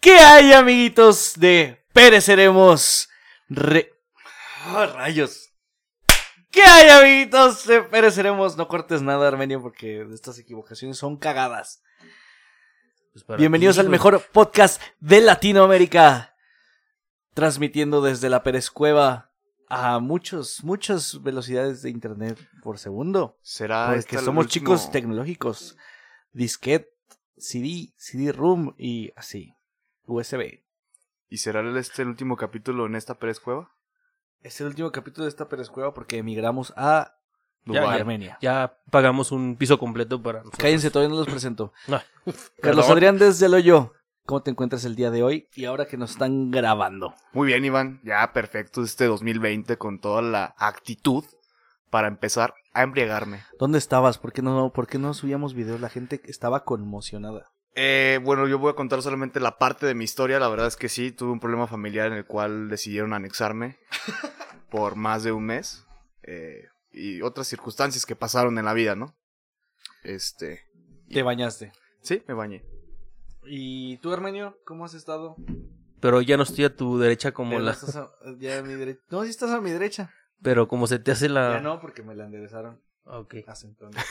¿Qué hay, amiguitos de Pereceremos? Re... ¡Ah, rayos. ¿Qué hay, amiguitos de Pereceremos? No cortes nada, Armenio, porque estas equivocaciones son cagadas. Pues para Bienvenidos ti, al güey. mejor podcast de Latinoamérica. Transmitiendo desde la Pérez Cueva a muchos, muchas velocidades de internet por segundo. Ah, Será este Porque esta la Pues, somos última- chicos tecnológicos. Disquet, CD, CD-ROOM y así. USB. ¿Y será el- este el último capítulo en esta Pérez Cueva? Es el último capítulo de esta perescueva porque emigramos a Ya, Dubái, ya. Armenia. Ya pagamos un piso completo para nosotros. Cállense, todavía no los presento. No. Carlos Perdón. Adrián desde el hoyo. ¿Cómo te encuentras el día de hoy? Y ahora que nos están grabando. Muy bien, Iván. Ya perfecto este 2020 con toda la actitud para empezar a embriagarme. ¿Dónde estabas? ¿Por qué no, por qué no subíamos videos? La gente estaba conmocionada. Eh, bueno, yo voy a contar solamente la parte de mi historia. La verdad es que sí, tuve un problema familiar en el cual decidieron anexarme por más de un mes. eh, y otras circunstancias que pasaron en la vida, ¿no? Este. Te bañaste. Sí, me bañé. ¿Y tú, Armenio? ¿Cómo has estado? Pero ya no estoy a tu derecha como Pero la... estás a- ya a mi derecha. No, sí estás a mi derecha. Pero como se te hace la... Ya no, porque me la enderezaron Ok. hace entonces.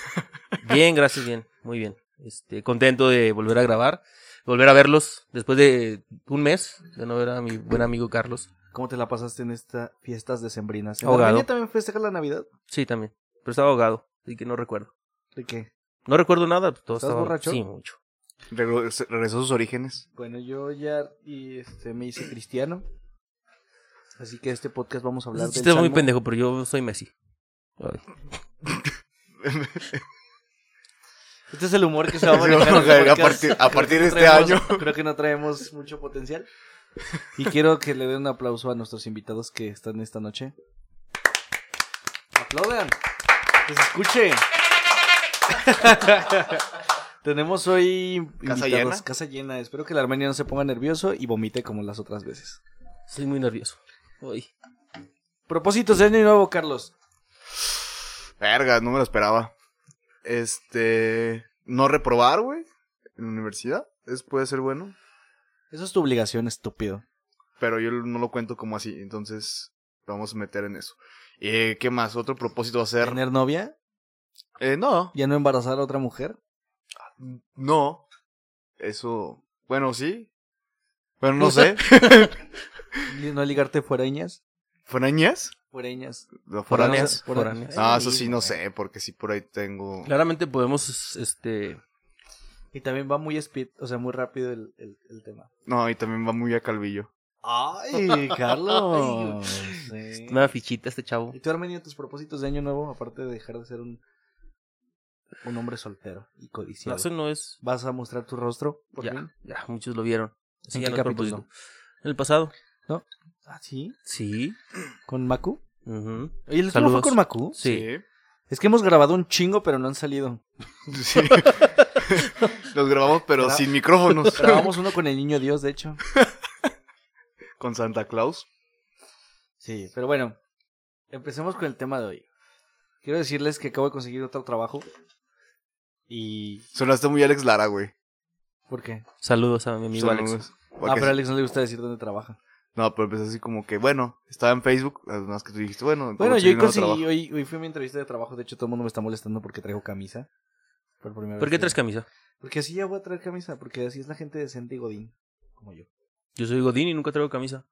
Bien, gracias, bien. Muy bien. Este, contento de volver a grabar. Volver a verlos después de un mes de no ver a mi buen amigo Carlos. ¿Cómo te la pasaste en estas fiestas decembrinas? ¿En Ahogado. Armenia también festejas la Navidad? Sí, también. Pero estaba ahogado, así que no recuerdo. ¿De qué? No recuerdo nada. Todo ¿Estás estaba... borracho? Sí, mucho. Regresó regresó a sus orígenes. Bueno, yo ya y, este, me hice cristiano. Así que este podcast vamos a hablar del Estás muy Salmo. pendejo, pero yo soy Messi. Ay. Este es el humor que se va a manejar. en el A podcast. partir- a partir Creo de este que no traemos- año. Creo que no traemos mucho potencial. Y quiero que le den un aplauso a nuestros invitados que están esta noche. ¡Aplaudan! ¡Que se escuche! Tenemos hoy ¿Casa invitados, llena? casa llena. Espero que el armenio no se ponga nervioso y vomite como las otras veces. Estoy muy nervioso. Ay. Propósitos de año nuevo, Carlos. Verga, no me lo esperaba. Este. No reprobar, güey. En la universidad. Eso puede ser bueno. Eso es tu obligación, estúpido. Pero yo no lo cuento como así. Entonces, vamos a meter en eso. Eh, ¿Qué más? ¿Otro propósito hacer? ¿Tener novia? Eh, no. ¿Ya no embarazar a otra mujer? No. Eso. Bueno, sí. Bueno, no sé. ¿No ligarte foreñas? ¿Forañas? Foreñas. ¿Lo Foráneas. foráneas? Foráneas. Ah, eso sí, no sé. Porque sí, por ahí tengo. Claramente podemos, este... Y también va muy speed, o sea, muy rápido el, el- el tema. No, y también va muy a Calvillo. ¡Ay, Carlos! Sí. Una fichita este chavo. ¿Y tú, Armenio, tus propósitos de año nuevo, aparte de dejar de ser un, un hombre soltero y No, codiciado? eso no es... ¿Vas a mostrar tu rostro por ya, fin? ya, muchos lo vieron. Sí, ¿En ya qué no es capítulo? propósito. ¿En el pasado? ¿Ah, sí? Sí. ¿Con Macu? Ujú. Oye, ¿el último fue Saludos. con Macu? Sí. Es que hemos grabado un chingo, pero no han salido. Sí. Los grabamos, pero Gra- sin micrófonos. Grabamos uno con el niño Dios, de hecho. Con Santa Claus. Sí, pero bueno, empecemos con el tema de hoy. Quiero decirles que acabo de conseguir otro trabajo. ¿Y Sonaste muy Alex Lara, güey. por qué? Saludos a mi amigo Alex. Saludos. Porque Ah, pero a Alex no le gusta decir dónde trabaja. No, pero empezó así como que, bueno, estaba en Facebook, además que tú dijiste, bueno, Bueno, conseguí yo nuevo conseguí, trabajo. hoy, hoy fui a mi entrevista de trabajo, de hecho todo el mundo me está molestando porque traigo camisa. Por, primera ¿Por vez qué que- traes camisa? Porque así ya voy a traer camisa, porque así es la gente decente y godín, como yo. Yo soy Godín y nunca traigo camisa.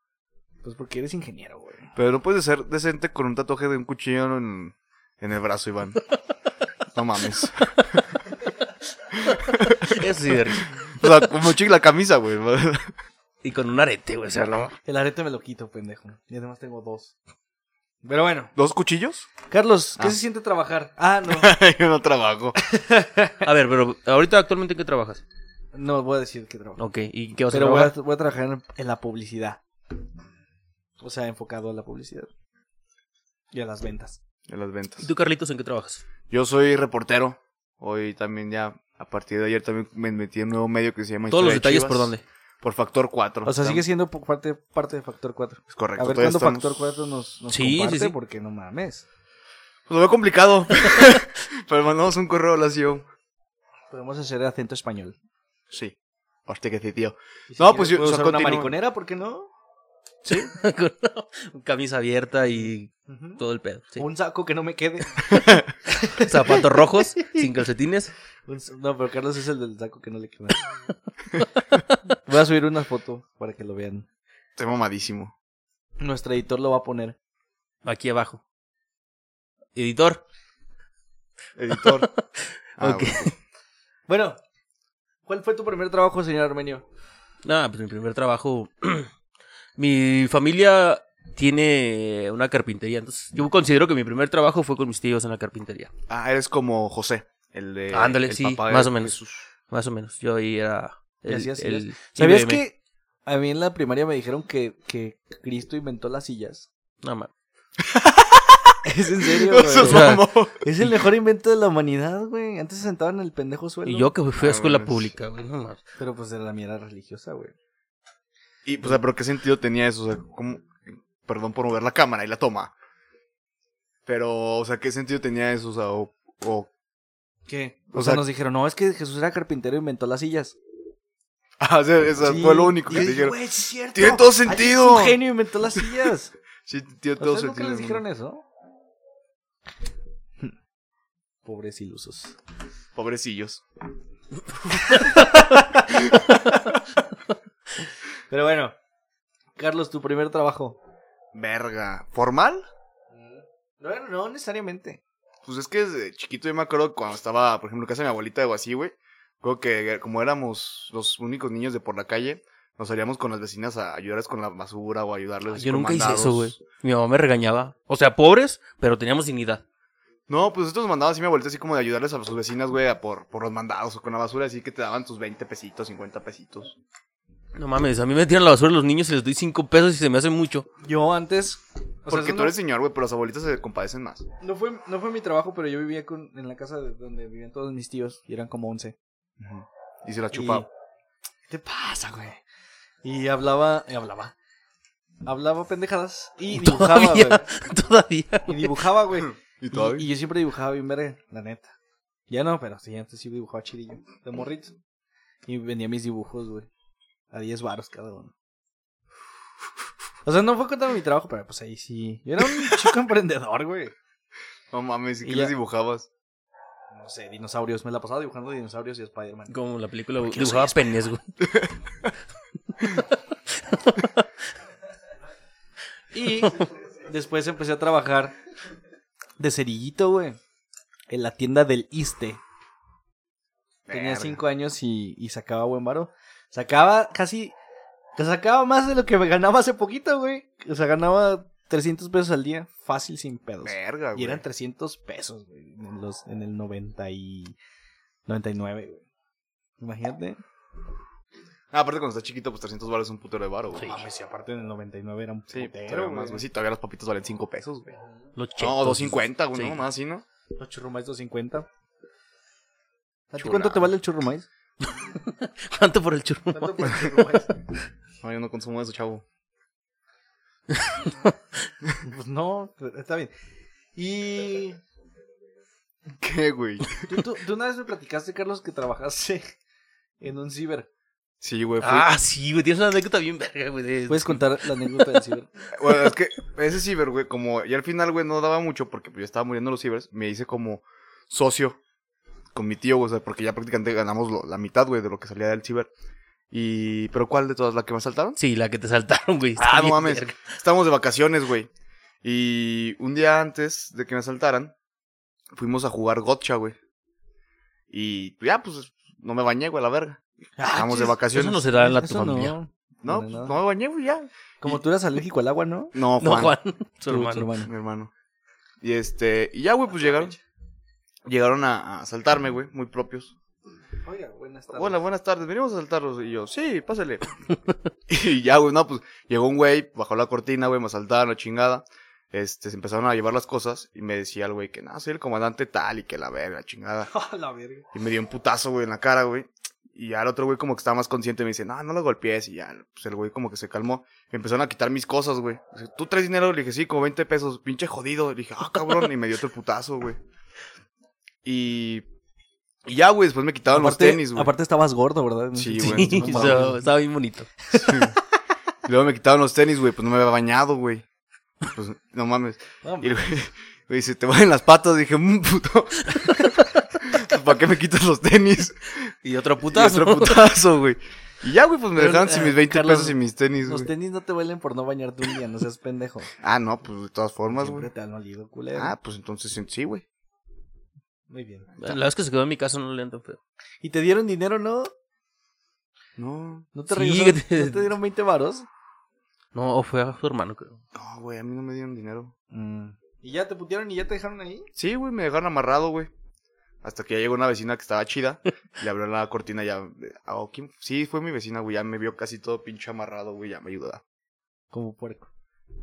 Pues porque eres ingeniero, güey. Pero no puedes ser decente con un tatuaje de un cuchillo en, en el brazo, Iván. No mames. Eso sí de risa. O sea, como chica la camisa, güey. Y con un arete, güey. O sea, no. El arete me lo quito, pendejo. Y además tengo dos. Pero bueno. ¿Dos cuchillos? Carlos, ¿qué Ah. se siente trabajar? Ah, no. yo no trabajo. A ver, pero ahorita actualmente en qué trabajas? No voy a decir qué trabajo. Ok, ¿y qué vas a Pero voy a, trabajar? voy a trabajar en, en la publicidad. O sea, enfocado a la publicidad. Y a las ventas. En las ¿Y ventas. tú, Carlitos, en qué trabajas? Yo soy reportero. Hoy también ya, a partir de ayer también me metí en un nuevo medio que se llama Todos los Historia de detalles por Chivas, dónde. Por Factor 4. O sea, sigue siendo po- parte, parte de Factor 4. Es correcto. A ver todavía cuándo estamos- Factor 4 nos, nos Sí, sí, comparte, sí. porque no mames. Lo veo complicado. Pero mandamos un correo a la E CEO. Podemos hacer acento español. Sí. Hostia, que sí, tío. Y No, quieres, pues yo- puedo o sea, usar una continúa. mariconera, ¿por qué no? Con camisa abierta y Ujú. todo el pedo. sí. Un saco que no me quede. Zapatos rojos, sin calcetines. Un s- No, pero Carlos es el del saco que no le queda. Voy a subir una foto para que lo vean. Estoy mamadísimo. Nuestro editor lo va a poner. Aquí abajo. Editor. Editor. Ah, Ok. bueno. Bueno, ¿cuál fue tu primer trabajo, señor Armenio? Nada, pues mi primer trabajo. mi familia tiene una carpintería. Entonces, yo considero que mi primer trabajo fue con mis tíos en la carpintería. Ah, eres como José, el de. Ándale, el sí, papá de más o menos. Jesús. Más o menos. Yo ahí era. Y así hacías. ¿Sabías ¿Sabías que a mí en la primaria me dijeron que, que Cristo inventó las sillas? No, ma- Es en serio, No seas güey. Ah. sea, mamón. Es el mejor invento de la humanidad, güey. Antes se sentaban en el pendejo suelo. Y yo que fui a Ah, escuela bueno, pública, güey. No, mames. Pero pues era la mierda religiosa, güey. Y, pues, o sea, pero ¿qué sentido tenía eso? O sea, ¿cómo- Perdón por mover la cámara y la toma. Pero, o sea, ¿qué sentido tenía eso? O sea, o- o- ¿Qué? O, O sea, sea- nos dijeron, no, es que Jesús era carpintero e inventó las sillas. Ah, o sea, eso Sí. fue lo único Y que te yo dije, dijeron. "Güey, sí es cierto. Tiene todo Alguien sentido". Es un genio inventó las sillas. Sí, tío, ¿A todo ustedes nunca sentido les del dijeron mundo. eso? Pobres ilusos. Pobrecillos. Pero bueno, Carlos, tu primer trabajo. Verga. ¿Formal? Mm, No, no necesariamente. Pues es que desde chiquito yo me acuerdo cuando estaba, por ejemplo, en casa de mi abuelita o así, güey. Creo que como éramos los únicos niños de por la calle, nos salíamos con las vecinas a ayudarles con la basura o a Ah, ayudarles. Ay, así yo con nunca hice eso, mandados. güey. Mi mamá me regañaba. O sea, pobres, pero teníamos dignidad. No, pues estos mandados así mi abuelita, así como de ayudarles a sus vecinas, güey, a por, por los mandados o con la basura, así que te daban tus 20 pesitos, 50 pesitos. No mames, a mí me tiran la basura los niños y les doy cinco pesos y se me hace mucho. Yo antes. o sea, Porque eso tú no- eres señor, güey, pero las abuelitas se compadecen más. No fue, no fue mi trabajo, pero yo vivía con, en la casa de- donde vivían todos mis tíos y eran como 11. Y se la chupaban. Y- ¿Qué te pasa, güey? Y hablaba, y hablaba. Hablaba pendejadas y dibujaba, güey. Todavía, todavía. Y dibujaba, güey. ¿Y, Y, y yo siempre dibujaba bien verga, la neta. Ya no, pero sí, antes sí dibujaba chidillo, de morrito. Y vendía mis dibujos, güey. A 10 varos cada uno. O sea, no fue contra mi trabajo, pero pues ahí sí. Yo era un chico emprendedor, güey. No mames, ¿y Y qué ya. les dibujabas? No sé, dinosaurios. Me la pasaba dibujando dinosaurios y Spider-Man. Como la película, güey. Porque yo soy Dibujaba penes, güey. Y después empecé a trabajar de cerillito, güey. En la tienda del Iste. Tenía Verga. cinco años y, y sacaba buen varo. Sacaba casi... Sacaba más de lo que me ganaba hace poquito, güey. O sea, ganaba 300 pesos al día. Fácil, sin pedos. Verga, Y güey. eran 300 pesos, güey. En, los- en el 90 y 99, güey. Imagínate. Ah, aparte cuando estás chiquito, pues 300 baros es un putero de varo, güey. No mames, y aparte en el 99 era un Sí, putero, todavía güey. más, güey. Sí, todavía las papitas valen 5 pesos, güey. Los No, chetos. 250, güey, pues, Sí. no más, ¿sí, no? Los churrumais 250. ¿A ti Chulada. cuánto te vale el churrumais? ¿Cuánto por el churro? No, yo no consumo eso, chavo. pues no, pero está bien. Y ¿Qué, güey? tú, tú- tú una vez me platicaste, Carlos, que trabajaste en un ciber. Sí, güey, fui- Ah, sí, güey. Tienes una anécdota bien verga, güey. de- ¿Puedes contar la anécdota del ciber? Bueno, es que ese ciber, güey, como ya al final, güey, no daba mucho porque pues, yo estaba muriendo en los cibers, me hice como socio con mi tío, güey, o sea, porque ya prácticamente ganamos lo- la mitad, güey, de lo que salía del ciber. Y, pero ¿cuál de todas? ¿La que me saltaron? Sí, la que te saltaron, güey. Ah, Está no bien mames. verga. Estábamos de vacaciones, güey. Y un día antes de que me asaltaran, fuimos a jugar gotcha, güey. Y pues, ya, pues, no me bañé, güey, a la verga. Estábamos de Ah, chis, Eso vacaciones. no No, se da en la tu Eso familia. no. no, pues, no. no me bañé, güey, ya. Como tú eras alérgico al agua, ¿no? No, No, Juan, Juan. Tu- tu Su hermano. hermano. mi hermano. Y este, y ya, güey, pues llegaron. Llegaron a, a asaltarme, güey, muy propios. Oiga, buenas tardes. Hola, buenas tardes, venimos a asaltarlos. Y yo, sí, pásale. y ya, güey, no, pues llegó un güey, bajó la cortina, güey, me asaltaron, la chingada. Este, se empezaron a llevar las cosas y me decía el güey que, no, soy el comandante tal y que la verga, chingada. A la verga. Y me dio un putazo, güey, en la cara, güey. Y ya el otro güey como que estaba más consciente me dice, no, no lo golpees. Y ya, pues el güey como que se calmó. Me empezaron a quitar mis cosas, güey. Dice, ¿Tú traes dinero? Le dije, sí, como 20 pesos. Pinche jodido. Le dije, ah, cabrón. Y me dio otro putazo, güey. Y Y ya, güey, después me quitaron aparte, los tenis, güey. aparte estabas gordo, ¿verdad? Sí, Sí, güey. no estaba- mames. estaba bien bonito. Y luego me quitaron los tenis, güey, pues no me había bañado, güey. Pues no mames. No, Y el güey me dice, te voy en las patas. Dije, mmm, puto. ¿Para qué me quitas los tenis? Y otro Y otro putazo. putazo, güey. Y ya, güey, pues me Pero, eh, dejaron sin mis 20 Carlos, pesos y mis tenis, Los güey. tenis no te valen por no bañarte un día, no seas pendejo. Ah, no, pues de todas formas, Siempre güey. te han olido, culero. Ah, pues entonces sí- sí, güey. Muy bien. La verdad es que se quedó en mi casa, no le ando feo. ¿Y te dieron dinero, no? No, ¿No te Sí, regresaron- que te- ¿No te dieron 20 varos? No, fue a su hermano, creo. no, güey, a mí no me dieron dinero. Mm. ¿Y ya te putearon y ya te dejaron ahí? Sí, güey, me dejaron amarrado, güey. Hasta que ya llegó una vecina que estaba chida. le abrió la cortina ya. ah, ¿o quién? Sí, fue mi vecina, güey. Ya me vio casi todo pinche amarrado, güey. Ya me ayudó. Como puerco.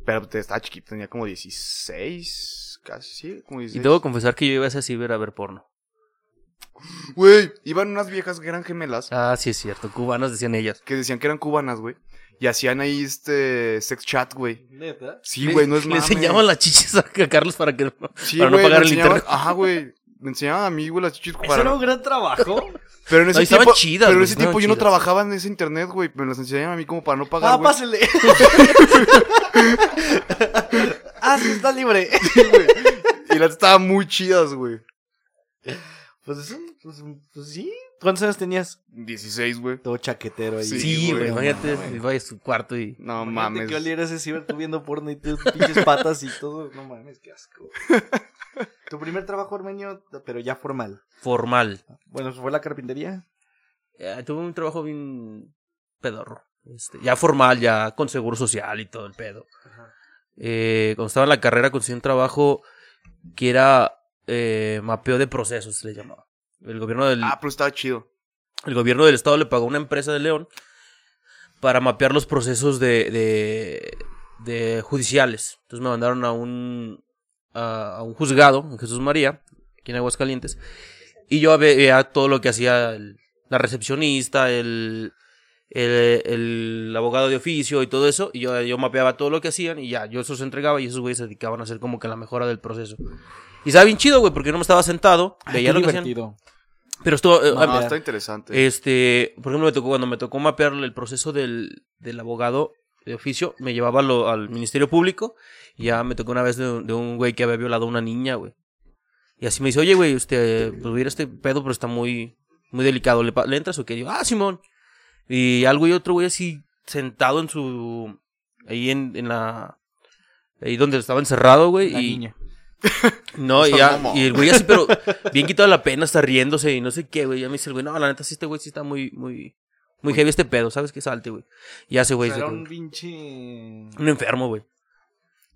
Pero te- estaba chiquito, tenía como 16, casi, sí, como Y 16. debo confesar que yo iba a ese ciber a ver porno. Güey, iban unas viejas que eran gemelas Ah, sí es cierto. Cubanos decían ellas. que decían que eran cubanas, güey. Y hacían ahí este sex chat, güey. Neta. Sí, güey, no es Le mame. enseñaban las chichis a a Carlos para que no- Sí, para no güey, me pagar el enseñaban- internet. Ajá, güey. Me enseñaban a mí, güey, las chichis Eso para- era un gran trabajo. Ah, Pero en No, ese y estaban tiempo, chidas, pero en güey, ese estaban tiempo yo no chidas. trabajaba en ese internet, güey. Me las enseñaban a mí como para no pagar, ah, güey. pásele. ah, sí, está libre. y las estaban muy chidas, güey. Pues, eso, pues, pues sí. ¿Cuántos años tenías? 16, güey. Todo chaquetero ahí. Sí, Sí, güey. güey, no Imagínate, mames. vaya a su cuarto y. No Imagínate mames. que oliera ese ciber tú viendo porno y tus pinches patas y todo. No mames, qué asco. tu primer trabajo armenio, pero ya formal. Formal. Bueno, fue la carpintería. Eh, tuve un trabajo bien pedorro. este, ya formal, ya con seguro social y todo el pedo. Eh, cuando estaba en la carrera conseguí un trabajo que era eh, mapeo de procesos, le llamaba. El gobierno del, Ah, pero estaba chido. el gobierno del estado le pagó a una empresa de León para mapear los procesos de, de- de judiciales. Entonces me mandaron a un, a, a un juzgado en Jesús María, aquí en Aguascalientes, y yo ve- veía todo lo que hacía el- la recepcionista, el, el- el abogado de oficio y todo eso, y yo, yo mapeaba todo lo que hacían y ya, yo se los entregaba y esos güeyes se dedicaban a hacer como que la mejora del proceso. Y estaba bien chido, güey, porque yo no me estaba sentado, veía lo que hacían, pero estuvo... eh, No, a- está interesante. este, por ejemplo, me tocó, cuando me tocó mapear el proceso del, del abogado de oficio, me llevaba lo- al Ministerio Público. y ya me tocó una vez de, un- de un güey que había violado a una niña, güey. Y así me dice, oye, güey, usted, pues mira este pedo, pero está muy, muy delicado. ¿Le, pa- le entras o qué? Y yo, ah, Simón. Y algo y otro güey así sentado en su. Ahí en, en la. Ahí donde estaba encerrado, güey. La y, niña. no, O y sea, ya, no mames. y el güey así, pero bien quitado la pena, está riéndose y no sé qué, güey. Ya me dice el güey, no, la neta, sí, este güey sí está muy, muy, muy heavy este pedo, ¿sabes? Que salte, güey. Y hace, güey, se- Era un un... pinche. enfermo, güey.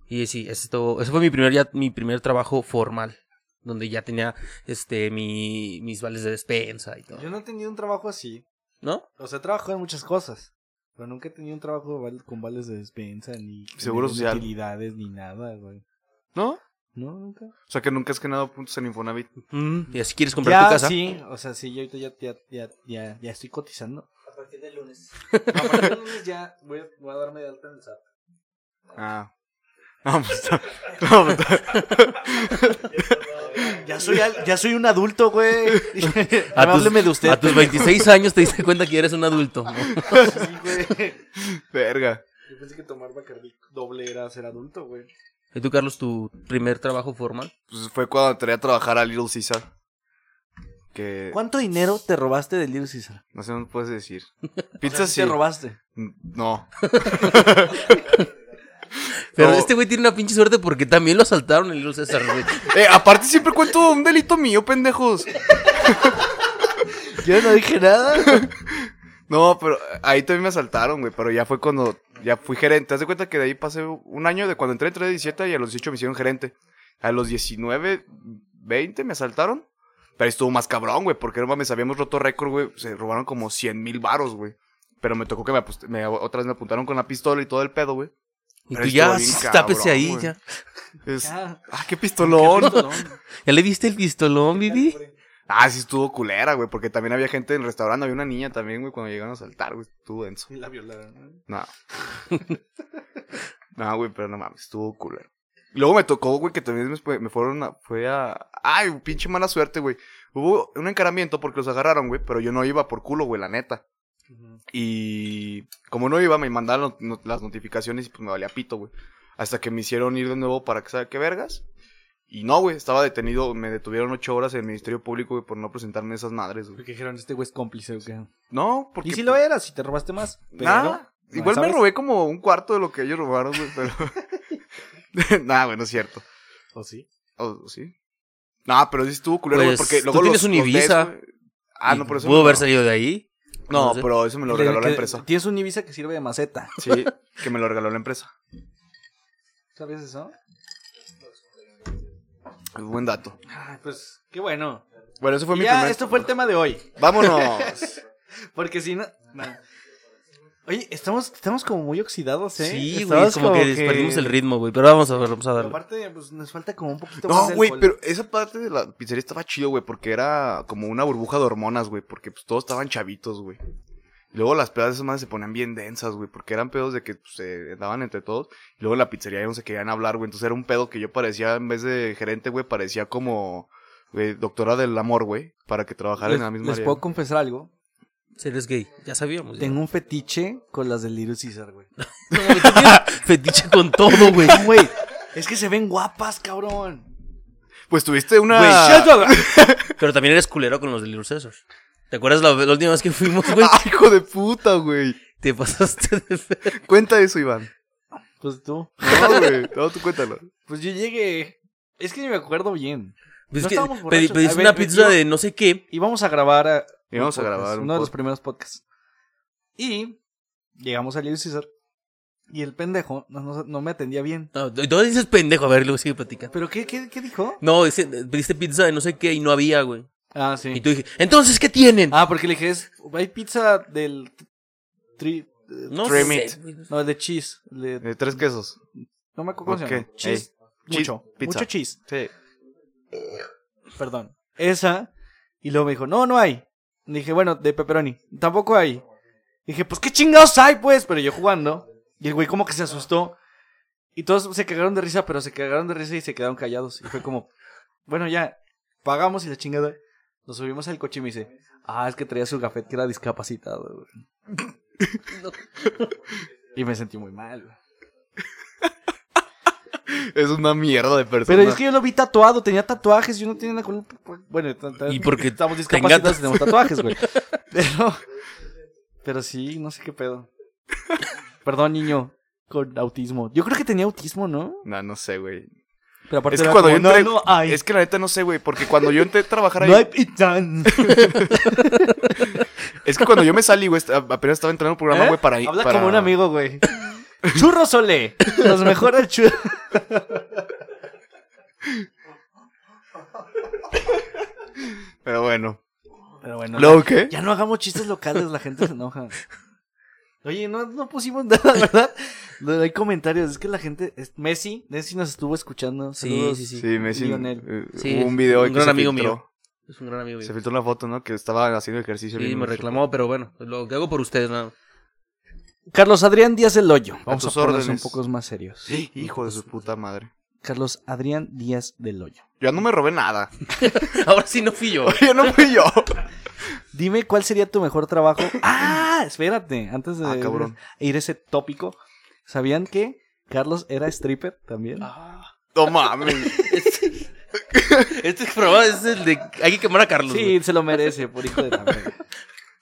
Y sí, esto, ese fue mi primer, ya, mi primer trabajo formal, donde ya tenía, este, mi, mis vales de despensa y todo. Yo no he tenido un trabajo así. ¿No? O sea, he trabajado en muchas cosas. Pero nunca he tenido un trabajo de val- con vales de despensa, ni Seguro ni social. utilidades, ni nada, güey. ¿No? No, nunca. O sea que nunca has ganado puntos en Infonavit. Mm, y así quieres comprar tu casa. Sí, o sea, sí, yo ahorita ya, ya, ya, ya, ya estoy cotizando. A partir del lunes. a partir del lunes ya voy a, voy a darme de alta en el SAT. Ah. No, pues está. No, pues está. Ya soy, al- ya soy un adulto, güey. A No, tus- hábleme de usted. A tus 26 años te diste cuenta que eres un adulto. ¿no? Sí, güey. Verga. Yo pensé que tomar Bacardi doble era ser adulto, güey. ¿Y tú, Carlos, tu primer trabajo formal? Pues fue cuando entré a trabajar a Little Caesar. Que. ¿Cuánto dinero te robaste del libro César? No sé, no puedes decir. Pizza sí. te robaste? No. Pero No. este güey tiene una pinche suerte porque también lo asaltaron el Little César, güey. Eh, aparte siempre cuento un delito mío, pendejos. Yo no dije nada. No, pero ahí también me asaltaron, güey. Pero ya fue cuando. Ya fui gerente. ¿Te das de cuenta que de ahí pasé un año de cuando entré, entré de 17 y a los 18 me hicieron gerente? A los 19, 20 me asaltaron. Pero ahí estuvo más cabrón, güey. Porque no mames, habíamos roto récord, güey. Se robaron como 100 mil varos, güey. Pero me tocó que me, apust- me- otra vez me apuntaron con la pistola y todo el pedo, güey. Y Pero tú estuvo ya, bien sí, cabrón, tápese ahí, güey. ya. Es- Ya. Ah, qué pistolón. ¿Ya le diste el pistolón, Vivi? Ah, sí estuvo culera, güey, porque también había gente en el restaurante, había una niña también, güey, cuando llegaron a saltar, güey, estuvo denso. La violaron. No. no, güey, pero no mames, estuvo culero. Luego me tocó, güey, que también me, fue- me fueron a, fue a... Ay, pinche mala suerte, güey. Hubo un encaramiento porque los agarraron, güey, pero yo no iba por culo, güey, la neta. Y como no iba, me mandaron not- not- las notificaciones y pues me valía pito, güey. Hasta que me hicieron ir de nuevo para que sabe qué vergas. Y no, güey, estaba detenido, me detuvieron ocho horas en el Ministerio Público, güey, por no presentarme esas madres, güey. Porque dijeron, este güey es cómplice, ¿o qué? No, porque... Y si lo eras, si te robaste más. Pero, Nada. no, Igual ¿sabes? me robé como un cuarto de lo que ellos robaron, güey, pero... Nada, güey, no es cierto. ¿O sí? ¿O sí? No, pero sí estuvo culero, güey, Pues, porque tú luego tienes los- un los ves, Ibiza. güey. Ah, no, por eso... Pudo me haber lo- salido de ahí. No, no sé. pero eso me lo Le- regaló la que- empresa. Tienes un Ibiza que sirve de maceta. Sí, que me lo regaló la empresa. ¿Sabías eso? Buen dato. Ay, pues, qué bueno. Bueno, ese fue Y mi ya, primer... esto fue el tema de hoy. Vámonos. Porque si no... no. Oye, estamos, estamos como muy oxidados, ¿eh? Sí, güey, Estabas como, que, perdimos el ritmo, güey. Pero vamos a ver, vamos a Pero darle. Aparte, pues, nos falta como un poquito más no, de güey, alcohol. pero esa parte de la pizzería estaba chido, güey, porque era como una burbuja de hormonas, güey, porque pues todos estaban chavitos, güey. Y luego las pedas de esas madres se ponían bien densas, güey, porque eran pedos de que pues, se daban entre todos. Y luego en la pizzería ya no se querían hablar, güey, entonces era un pedo que yo parecía, en vez de gerente, güey, parecía como güey, doctora del amor, güey, para que trabajara en la Les, misma les área. puedo confesar algo. Si eres gay, ya sabíamos. ya. Tengo un fetiche con las del Little Caesar, güey. Fetiche con todo, güey. No, güey. Es que se ven guapas, cabrón. Pues tuviste una... Güey, shut up. Pero también eres culero con los de Little César. ¿Te acuerdas la, la última vez que fuimos, güey? ¡Ah, hijo de puta, güey! Te pasaste de fe. Cuenta eso, Iván. Pues tú. No, güey, no, tú cuéntalo. Pues yo llegué. Es que ni me acuerdo bien. Pues No que estábamos pedi- borrachos. pediste A ver, una yo- pizza yo- de no sé qué. Íbamos a grabar. A Íbamos a un grabar podcast, un uno de los podcast. primeros podcasts. Y llegamos a Little Caesar. Y el pendejo no, no- no me atendía bien. No, tú dices pendejo, a ver, luego sigue platicando. ¿Pero qué, qué, qué dijo? No, dice, pediste pizza de no sé qué y no había, güey. Ah, Y sí. tú dije, entonces, ¿qué tienen? Ah, porque le dije, es, hay pizza del... Tri, no trim sé, it. güey. no, de cheese. de- Eh, tres quesos. no me acuerdo cómo Ok, se llama. Cheese. Ey, Mucho. cheese, pizza. Mucho cheese. Sí. perdón, esa. Y luego me dijo, no, no hay. Le dije, bueno, de pepperoni, tampoco hay. Y dije, pues qué chingados hay, pues. Pero yo jugando. Y el güey como que se asustó. Y todos se cagaron de risa, pero se cagaron de risa y se quedaron callados. Y fue como, bueno, ya, pagamos y la chingada. Nos subimos al coche y me dice, ah, es que traía su gafet que era discapacitado, güey. Y me sentí muy mal, güey. Es una mierda de persona. Pero es que yo lo vi tatuado, tenía tatuajes, yo no tenía la culpa. pues, Bueno, ta- ta- Y porque estamos tenga- discapacitados y tenemos tatuajes, güey. Pero, pero sí, no sé qué pedo. Perdón, niño, con autismo. Yo creo que tenía autismo, ¿no? No, no sé, güey. Pero aparte Es que era cuando yo como, entré... no, no hay, Es que la neta no sé, güey, porque cuando yo entré a trabajar ahí... no hay pitán. Es que cuando yo me salí, güey, est- apenas estaba entrando al programa, ¿Eh? güey, para... Habla para- como un amigo, güey. Churro Sole, los mejores churros. Pero bueno. Pero bueno, ¿Luego qué? ya no hagamos chistes locales, la gente se enoja. Oye, no, no pusimos nada, ¿verdad? No hay comentarios, es que la gente. es- Messi, Messi nos estuvo escuchando. Sí, saludos. sí, sí, Sí, me Lionel. Sí, un video un que gran se amigo filtró. mío. Es un gran amigo. Se güey. filtró una foto, ¿no? Que estaba haciendo ejercicio. Sí, viendo me nuestro- reclamó, pero bueno, lo que hago por ustedes, nada. Carlos Adrián Díaz El Hoyo. Vamos a, tus ponernos órdenes. un poco más serios. Sí, hijo de su puta madre. Carlos Adrián Díaz Del Hoyo. Yo no me robé nada. Ahora sí no fui yo. Yo no fui yo. Dime cuál sería tu mejor trabajo. ¡Ah! Espérate, antes de Ah, cabrón. ir a ese tópico, ¿sabían que Carlos era stripper también? No mames. Este programa es el de. Hay que quemar a Carlos. sí, güey. se lo merece, por hijo de la verga.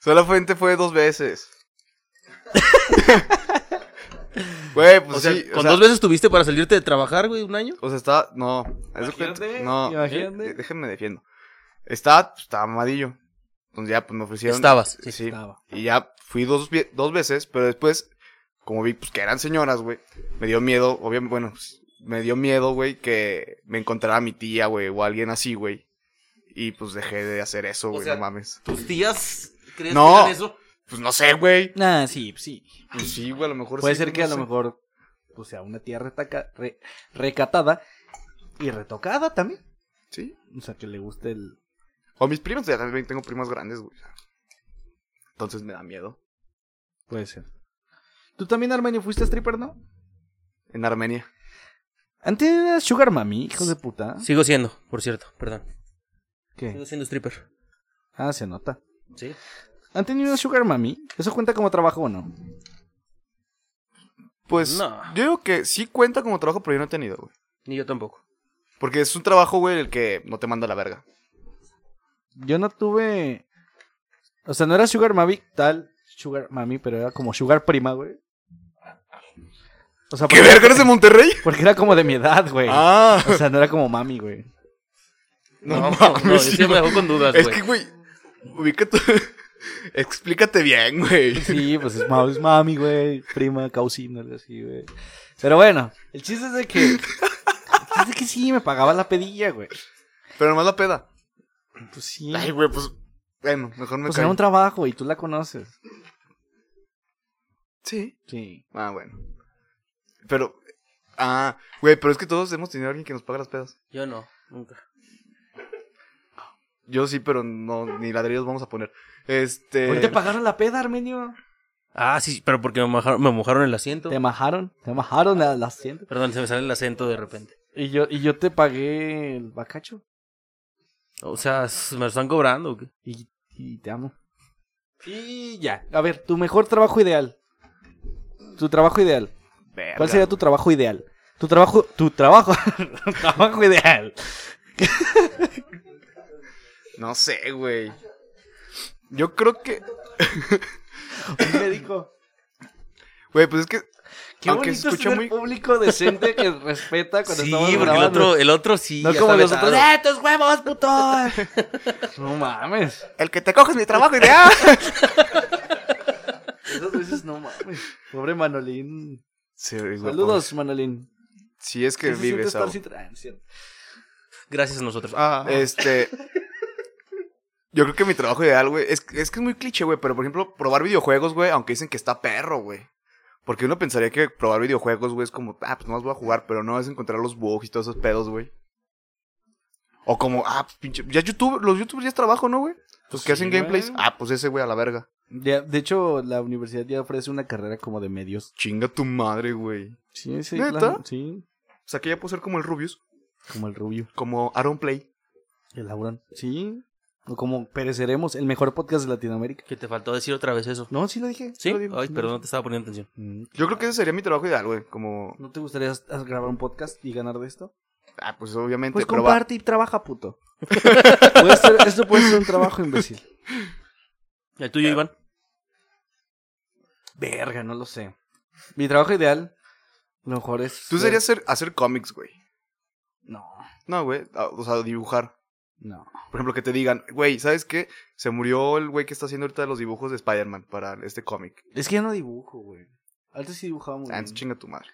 Solamente fue dos veces. Güey, pues o sea, sí. con dos veces tuviste para salirte de trabajar, güey, un año. O sea, está. No. haz de cuenta- Imagínate, no. imagínate. eh, Déjenme defiendo. Está, estaba mamadillo. Entonces ya pues, me ofrecieron. Estabas. Sí. Estaba. Y ya fui dos, vie- dos veces, pero después, como vi pues, que eran señoras, güey, me dio miedo, obviamente, bueno, pues, me dio miedo, güey, que me encontrara mi tía, güey, o alguien así, güey. Y pues dejé de hacer eso, güey, sea- no mames. ¿Tus tías crees No. que hagan eso? Pues no sé, güey. Ah, sí, sí. Pues sí, güey, a lo mejor Puede sí, ser que a no lo sé. mejor o sea una tía retaca- re- recatada y retocada también. Sí. O sea, que le guste el... O mis primas, ya también tengo primas grandes, güey. Entonces me da miedo. Puede ser. Tú también, Armenio, fuiste stripper, ¿no? En Armenia. Antes era Sugar Mami, hijos de puta. Sigo siendo, por cierto, perdón. ¿Qué? Sigo siendo stripper. Ah, se nota. Sí. ¿Han tenido una Sugar Mami? ¿Eso cuenta como trabajo o no? Pues No. yo digo que sí cuenta como trabajo, pero yo no he tenido, güey. Ni yo tampoco. Porque es un trabajo, güey, el que no te manda a la verga. Yo no tuve. O sea, no era Sugar Mami tal Sugar Mami, pero era como Sugar Prima, güey. O sea, ¿Qué verga eres de Monterrey? porque era como de mi edad, güey. Ah, O sea, no era como mami, güey. No, no, mames, yo sí, sí me güey. dejó con dudas, Es güey. que, güey, ubica tu... Explícate bien, güey. Sí, pues es, ma- es mami, güey. Prima, causina, algo así, güey. Pero bueno, el chiste es de que. El chiste es de que sí, me pagaba la pedilla, güey. Pero nomás la peda. Pues sí. Ay, güey, pues... Bueno, mejor me Pues era callo. un trabajo y tú la conoces. Sí. Sí. Ah, bueno. Pero... Ah, güey, pero es que todos hemos tenido a alguien que nos paga las pedas. Yo no, nunca. Yo sí, pero no, ni ladrillos vamos a poner. Este... ¿Hoy te pagaron la peda, Armenio? Ah, sí, pero porque me mojaron, me mojaron el asiento. Te majaron, te majaron a las tiendas. Perdón, se me sale el acento de repente. Y yo, y yo te pagué el bacacho. O sea, s- me lo están cobrando. o qué? Y, y te amo. Y ya. A ver, tu mejor trabajo ideal. Tu trabajo ideal. Verga, ¿Cuál sería tu trabajo ideal? Tu trabajo, tu trabajo, tu trabajo ideal. güey. No sé, güey. Yo creo que... Un médico. Güey, pues es que... Qué Aunque bonito se es escucha tener muy- público decente que respeta cuando Sí, estamos porque el grabando. otro, el otro sí. No ya ah, como está los otros. vetado. ¡Eh, tus huevos, puto! no mames. El que te coges mi trabajo ah. ideal. Esas veces no mames. Pobre Manolín. Sí, güey, güey, Saludos, Manolín. Si es que ¿Qué se siente vives estar algo. sin Ah. tra- cierto? Gracias a nosotros. Ah, Este. Yo creo que mi trabajo ideal, güey. Es, es que es muy cliché, güey. Pero por ejemplo, probar videojuegos, güey, aunque dicen que está perro, güey. Porque uno pensaría que probar videojuegos, güey, es como, ah, pues nomás voy a jugar, pero no es encontrar los bugs y todos esos pedos, güey. O como, ah, pues, pinche. Ya YouTube, los YouTubers ya es trabajo, ¿no, güey? Pues que Sí, hacen gameplays. güey. Ah, pues ese, güey, a la verga. Ya, de hecho, la universidad ya ofrece una carrera como de medios. Chinga tu madre, güey. Sí, sí, ¿Neta? claro, sí. O sea que ya puedo ser como el Rubius, Como el Rubio, como Aaron Play. el Aurón. Sí. O como Pereceremos, el mejor podcast de Latinoamérica. Que te faltó decir otra vez eso. No, sí lo dije. ¿Sí? lo digo, Ay, sí lo perdón, no dije. te estaba poniendo atención. Mm. Yo creo que ese sería mi trabajo ideal, güey. Como, ¿No te gustaría as- as- grabar un podcast y ganar de esto? ah, pues obviamente. Pues pero va- comparte y trabaja, puto. Puede ser- esto puede ser un trabajo imbécil. ¿El tuyo, Iván? Verga, no lo sé. Mi trabajo ideal, a lo mejor es. Tú serías hacer, hacer cómics, güey. No, No, güey. ah, O sea, dibujar. no. Por ejemplo, que te digan, güey, ¿sabes qué? Se murió el güey que está haciendo ahorita los dibujos de Spider-Man para este cómic. Es que ya no dibujo, güey. Antes sí dibujaba muy Ah, bien. entonces chinga tu madre.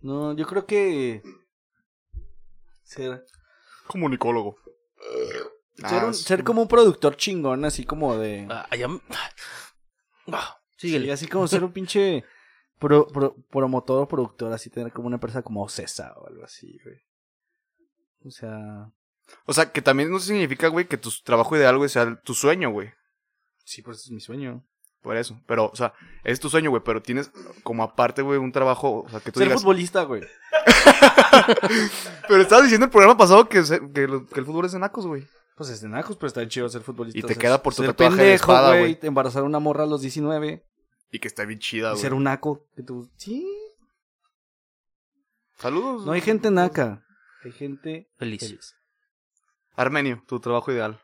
No, yo creo que. Ser, Comunicólogo. ser, Ah, un- sí. ser como un productor chingón, así como de. Ah, ya me- Ah, Sí, síguele. así como ser un pinche pro- pro- promotor o productor, así tener como una empresa como Cesa o algo así, güey. O sea, O sea, que también no significa, güey, que tu trabajo ideal, güey, sea tu sueño, güey. sí, pues es mi sueño. Por eso. Pero, o sea, es tu sueño, güey, pero tienes como aparte, güey, un trabajo, o sea, que tú Ser digas... futbolista, güey. Pero estabas diciendo el programa pasado que, se- que lo- que el fútbol es de nacos, güey. Pues es de nacos, pero está chido ser futbolista. Y te O sea, queda por tu ser tatuaje de pendejo, espada, güey. Embarazar a una morra a los 19. Y que está bien chida, y ser güey. un naco. Que tú... Sí. Saludos. No hay gente naca. Hay gente Feliz. feliz. Armenio, tu trabajo ideal.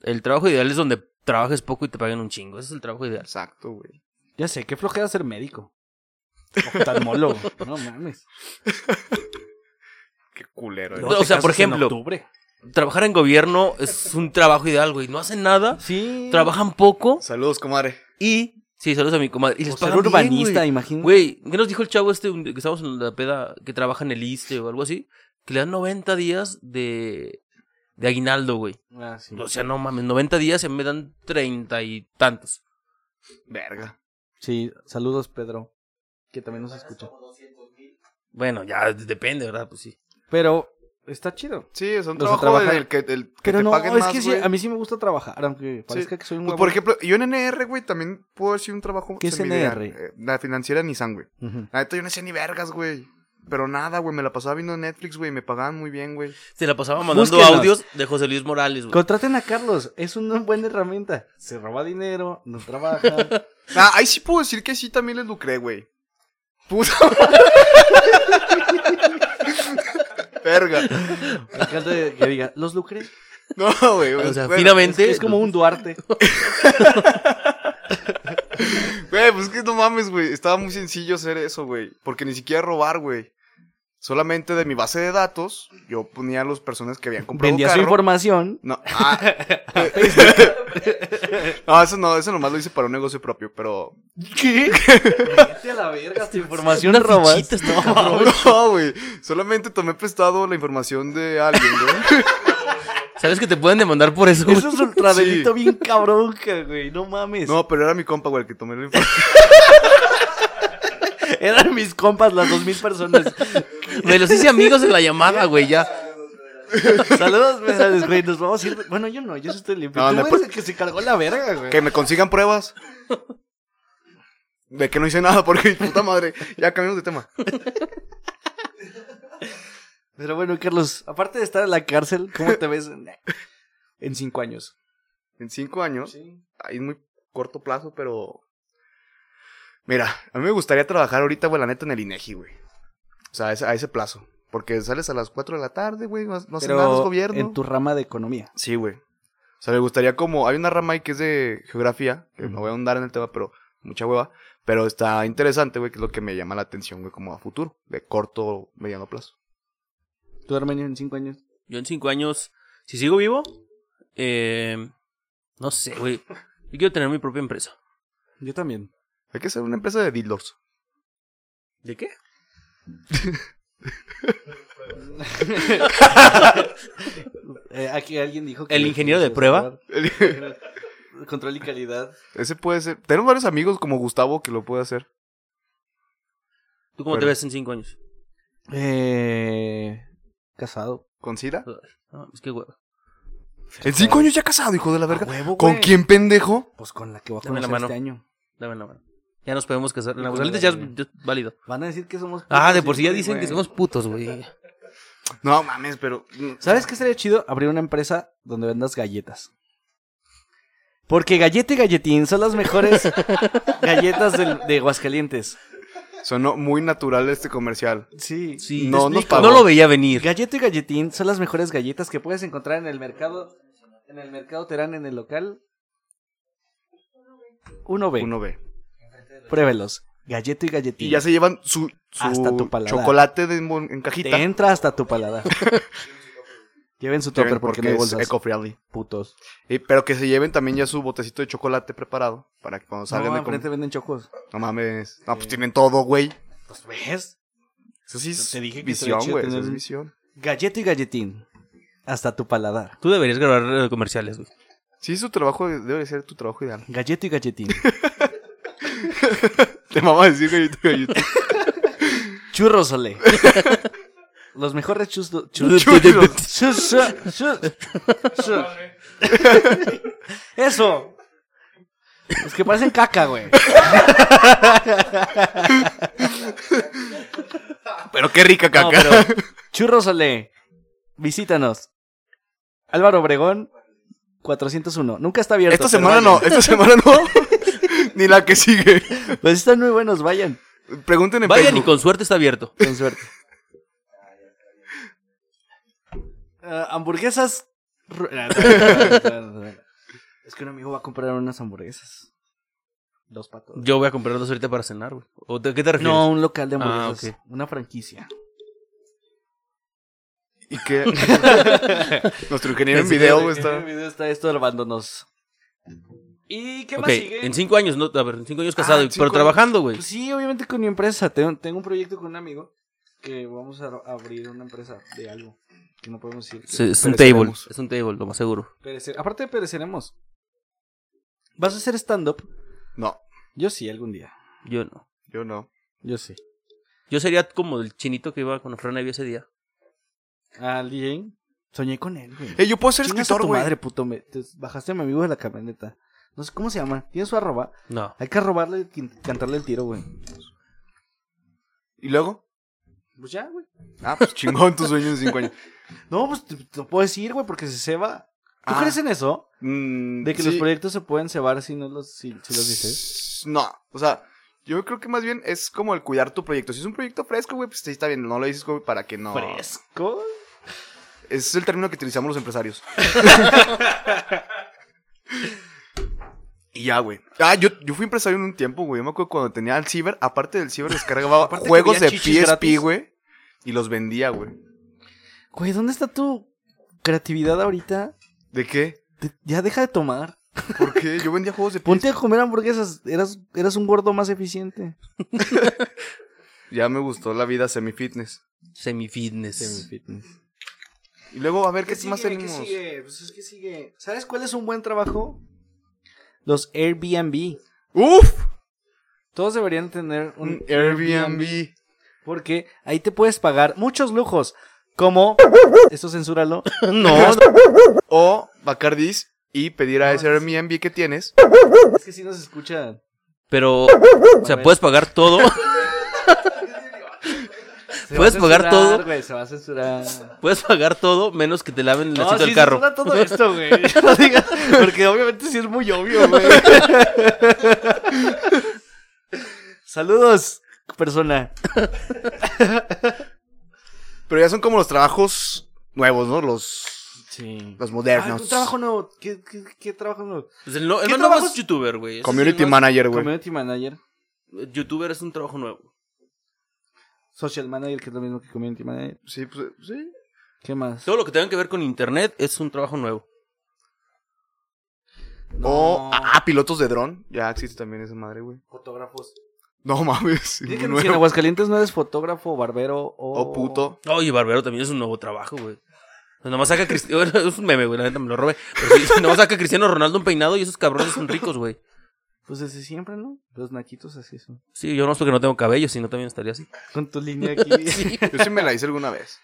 El trabajo ideal es donde trabajes poco y te paguen un chingo. Ese es el trabajo ideal. Exacto, güey. Ya sé, qué flojera ser médico. Oftalmólogo. no mames. Qué culero, No, güey. Luego o te sea, por casas en ejemplo- octubre. Trabajar en gobierno es un trabajo ideal, güey. No hacen nada, Sí. trabajan poco eh. Saludos, comadre. y... Sí, saludos a mi comadre. Y les O ser pagan bien, urbanista, güey. imagínate. Güey, ¿qué nos dijo el chavo este un- que estamos en la peda que trabaja en el ISTE o algo así? Que le dan 90 días de, de aguinaldo, güey. Ah, sí. O sea, no mames, 90 días se me dan 30 y tantos. Verga. Sí, saludos, Pedro. Que también nos escucha. Bueno, ya depende, ¿verdad? Pues sí. Pero está chido. Sí, es O un sea, trabajo trabajar- en el que, el que Pero te no, paguen es más, que sí, güey. a mí sí me gusta trabajar, aunque parezca que soy un Pues, huevo. por ejemplo, yo en NR, güey, también puedo haber sido un trabajo ¿Qué es semideal. NR? Eh, La financiera de Nissan, güey. Ujú. La neta, yo no sé ni vergas, güey. Pero nada, güey, me la pasaba viendo Netflix, güey, me pagaban muy bien, güey. Se la pasaba mandando Búsquenos. audios de José Luis Morales, güey. Mm. Contraten a Carlos, es una buena herramienta. Se roba dinero, no trabaja. Ah, ahí sí puedo decir que sí también les lucré, güey. Puta. Verga. Me encanta que diga, los lucré. No, güey. O sea, bueno, finamente. Es como un Duarte. Güey, pues que no mames, güey. Estaba muy sencillo hacer eso, güey. Porque ni siquiera robar, güey. Solamente de mi base de datos, yo ponía a las personas que habían comprado Vendía su carro. información. No, ah. no, eso no, eso nomás lo hice para un negocio propio, pero. ¿Qué? Vete a la verga, tu información Una robada. fichita estaba, cabrón. No, güey. Solamente tomé prestado la información de alguien, güey. ¿Sabes que te pueden demandar por eso, güey? Eso es ultradelito bien cabrón, que, güey. No mames. No, pero era mi compa, güey, el que tomé la información. Eran mis compas, las dos mil personas. Me los hice amigos en la llamada, güey, ya. Saludos, mesales, güey. Nos vamos a ir. Bueno, yo no, yo sí estoy limpio. Tú No, pues. me eres pon- el que se cargó la verga, güey. Que me consigan pruebas. De que no hice nada, porque puta madre. Ya cambiamos de tema. Pero bueno, Carlos, aparte de estar en la cárcel, ¿cómo te ves en, en cinco años? En cinco años. ahí es muy corto plazo, pero. Mira, a mí me gustaría trabajar ahorita, güey, la neta, en el INEGI, güey. O sea, a ese, a ese plazo. Porque sales a las 4 de la tarde, güey, no no haces Pero nada, es gobierno. en tu rama de economía. Sí, güey. O sea, me gustaría como. Hay una rama ahí que es de geografía, que no voy a ahondar en el tema, pero mucha hueva. Pero está interesante, güey, que es lo que me llama la atención, güey, como a futuro, de corto, mediano plazo. ¿Tú, Armenio, en cinco años? Yo en cinco años, si sigo vivo, eh, no sé, güey. Yo quiero tener mi propia empresa. Yo también. Hay que ser una empresa de dealers. ¿De qué? Eh, aquí alguien dijo ¿El ingeniero de prueba? Control y calidad. Ese puede ser. Tenemos varios amigos como Gustavo que lo puede hacer. ¿Tú cómo te Bueno. ves en cinco años? Eh, casado. ¿Con Cira? No, es que, güey. En cinco años ya casado, hijo de la verga. ¿A huevo, ¿Con Ah, güey? quién pendejo? Pues con la que voy a Dame la conocer mano. este año. Dame la mano. Ya nos podemos casar. En Aguascalientes ya es ya es válido. Van a decir que somos. Ah, putos, de por sí ya pues güey, dicen que güey. somos putos, güey. No mames, pero. ¿Sabes qué sería chido? Abrir una empresa donde vendas galletas. Porque galleta y galletín son las mejores galletas del- de Aguascalientes. Sonó muy natural este comercial. Sí. Sí, No, te nos explico. pagó. no lo veía venir. Galleta y galletín son las mejores galletas que puedes encontrar en el mercado. En el mercado Terán, en el local. 1B. Uno ve. Pruébelos. Galleta y galletín. Y ya se llevan su, su Hasta tu paladar. chocolate de mon- en cajita. Te entra hasta tu paladar. Lleven su Lleven topper porque no hay es bolsas. eco-friendly. Putos. Y- Pero que se lleven también ya su botecito de chocolate preparado para que cuando salgan No, Pues de comer. enfrente venden chocos. No mames. No, pues tienen todo, güey. Pues ves. Eso sí es Te dije que estaría visión, chido güey. Eso tener es un- visión. Galleta y galletín. Hasta tu paladar. Tú deberías grabar eh, comerciales, güey. Sí, su trabajo debe de ser tu trabajo ideal. Galleta y galletín. Te mamá decir gallito, gallito. Churros Olé. Los mejores chus- churros. Churros. Chus- chus- chus- chus. Eso. Los que parecen caca, güey. Pero qué rica caca. No, pues, pero Churros Olé. Visítanos. Álvaro Obregón, 401. Nunca está abierto. Esta pero semana no, vayan. esta semana no. Ni la que sigue. Pues están muy buenos, vayan. Pregunten en vayan y Facebook. con suerte está abierto. Con suerte. Ah, hamburguesas. ru- Ah, no, no, no, no, no. es que un amigo va a comprar unas hamburguesas. Dos patos. Yo voy a comprar dos ahorita para cenar, güey. ¿O de qué te refieres? No, un local de Ah, hamburguesas. Una franquicia. Y que nuestro ingeniero en Pensé video que- güey, En el está. video está esto robándonos. ¿Y qué Ok, más sigue? en cinco años, no, a ver, en cinco años casado, Ah, y- en pero cinco trabajando, güey. Pues sí, obviamente con mi empresa. Tengo, tengo un proyecto con un amigo que vamos a abrir una empresa de algo que no podemos decir. que- Sí, es un pereceremos. table, es un table, lo más seguro. Perecer- Aparte de pereceremos. ¿Vas a hacer stand-up? No, Yo sí, algún día. Yo no. yo no. Yo sí. Yo sería como el chinito que iba con Fran Evia ese día. Al DJ. Soñé con él, güey. Eh, yo puedo ser Chingas a escritor, tu güey. madre, puto. me- te bajaste a mi amigo de la camioneta. No sé cómo se llama. Tiene su arroba. No. Hay que robarle y quin- cantarle el tiro, güey. ¿Y luego? Pues ya, güey. Ah, pues chingón tu sueño en cinco años. No, pues te- te lo puedo decir, güey, porque se ceba. ¿Tú Ah. crees en eso? Mm, De que sí. los proyectos se pueden cebar si no los, si, si los dices. No, o sea, yo creo que más bien es como el cuidar tu proyecto. Si es un proyecto fresco, güey, pues sí, está bien, no lo dices, güey, para que no. ¿Fresco? Ese es el término que utilizamos los empresarios. y ya, güey. Ah, yo, yo fui empresario en un tiempo, güey. Yo me acuerdo cuando tenía el ciber, aparte del ciber descargaba Aparte juegos de tenía chichis PSP, gratis. güey. Y los vendía, güey. Güey, ¿dónde está tu creatividad ahorita? ¿De qué? Te- ya deja de tomar. ¿Por qué? Yo vendía juegos de PSP. Ponte a comer hamburguesas. Eras, eras un gordo más eficiente. Ya me gustó la vida semi-fitness. Semifitness. Y luego, a ver, ¿qué, más tenemos? Pues es que sigue. ¿Sabes cuál es un buen trabajo? Los Airbnb. ¡Uf! Todos deberían tener Un un Mm, Airbnb. Porque ahí te puedes pagar muchos lujos. Como. Eso censúralo. No, O Bacardis y pedir a No, ese es- Airbnb que tienes. Es que si nos escucha. pero, o sea, ver. puedes pagar todo. Se Puedes va a pagar censurar, todo. güey, se va a censurar. Puedes pagar todo menos que te laven el asiento sí del carro. censura todo esto, güey. No digas, porque obviamente sí es muy obvio, güey. Saludos, persona. Pero ya son como los trabajos nuevos, ¿no? Los, Sí. los Ah, modernos. tu trabajo nuevo. ¿Qué, qué, qué trabajo nuevo? Pues el, no, el ¿Qué más nuevo es trabajos- youtuber, güey. Ese es Community el más- manager, güey. Community manager. Youtuber es un trabajo nuevo. Social manager, que es lo mismo que community manager. Sí, pues, sí. ¿Qué más? Todo lo que tenga que ver con internet es un trabajo nuevo. O ah, ah, pilotos de dron. Ya existe también esa madre, güey. fotógrafos. No mames. muy Díganos si en nuevo. Aguascalientes no eres fotógrafo, barbero o. O Oh, puto. Oye, Barbero también es un nuevo trabajo, güey. Pues, Nomás saca Cristiano. Es un meme, güey, la neta me lo robé. Pero sí, nomás saca Cristiano Ronaldo un peinado y esos cabrones son ricos, güey. Pues desde siempre, ¿no? Los naquitos así son. Sí, yo no sé que no tengo cabello, si no también estaría así. Con tu línea aquí. Yo sí me la hice alguna vez.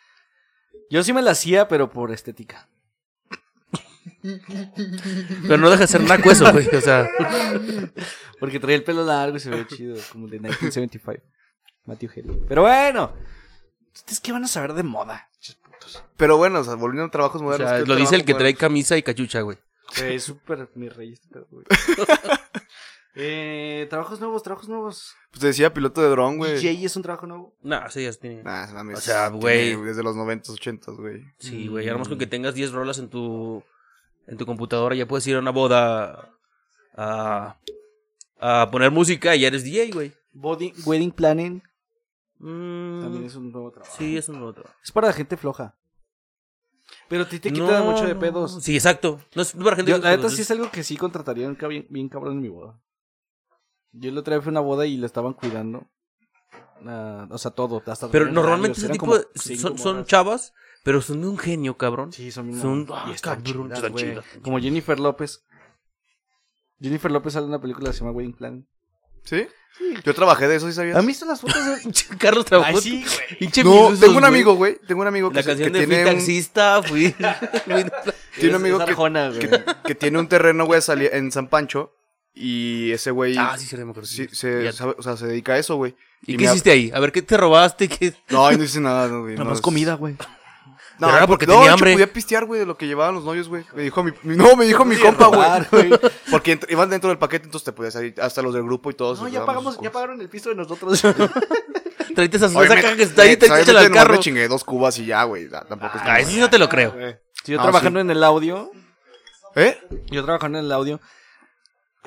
Yo sí me la hacía, pero por estética. Pero no deja de ser naco eso, güey. O sea, Porque traía el pelo largo y se ve chido, como de 1975. Matthew Haley. Pero bueno, ¿ustedes qué van a saber de moda? Pero bueno, o sea, volviendo a trabajos o modernos. sea, ¿qué lo dice el que trabajo trae camisa y cachucha, güey. Es súper mi rey este pedo, güey. Eh, trabajos nuevos, trabajos nuevos. moderno? Pues te decía piloto de dron, güey. DJ es un trabajo nuevo. Nah, sí, ya tiene. Nah, mames. O sea, güey. tiene Desde los 90s, 80s, güey. Sí, güey. Ya nomás Mm. con que tengas 10 rolas en tu, en tu computadora ya puedes ir a una boda a, a poner música y ya eres DJ, güey. Body- wedding planning Mm, también es un nuevo trabajo. Sí, es un nuevo trabajo. Es para gente floja. Pero te, te quita No, mucho de no. pedos. Sí, exacto. No es para gente Yo, que- la neta sí es algo que sí contrataría un cab- bien, bien cabrón en mi boda. Yo lo traje a una boda y la estaban cuidando. Ah, o sea, todo. Hasta Pero tenían horarios, normalmente ese eran tipo como de- son, cinco son morras. chavas, pero son de un genio, cabrón. Sí, son, bien son- mamonas. ah, Y están cabrón, chidas, están güey. chidas. Como Jennifer López. Jennifer López sale en una película que se llama Wedding Plan. ¿Sí? Yo trabajé de eso, ¿sí sabías? ¿Han visto las fotos de.? Carlos trabajó. Ay, sí, güey. Pinche No, Milusos, tengo un güey. amigo, güey. Tengo un amigo que, La se- que canción de fui tiene un, taxista, fui. fui- Tiene un amigo Es que- Arjona, güey. que, que tiene un terreno, güey, sali- en San Pancho. Y ese güey Ah, sí, sí, me acuerdo. sí, sí. se, Ya. sabe- o sea, se dedica a eso, güey. ¿Y y qué me ha- hiciste ahí? A ver, ¿qué te robaste? ¿Qué... No, ay, no hice nada, no, güey. Nomás es- comida, güey. No, Pero era porque no, tenía de hecho, hambre. podía pistear, güey, de lo que llevaban los novios, güey. Me dijo mi, mi- no, me dijo mi compa, robar, güey. Porque ent- iban dentro del paquete, entonces te podías salir hasta los del grupo y todos. No, les ya, dábamos pagamos, sus ya cubas. pagaron el piso de nosotros. Traíte esa, esa Obviamente- caja que está ahí, te obviamente échala al nomás carro. me chingué dos cubas y ya, güey. ya, Tampoco es Ah, eso sí no te lo creo. güey. Sí, yo Ah, trabajando en el audio. ¿Eh? Yo trabajando en el audio.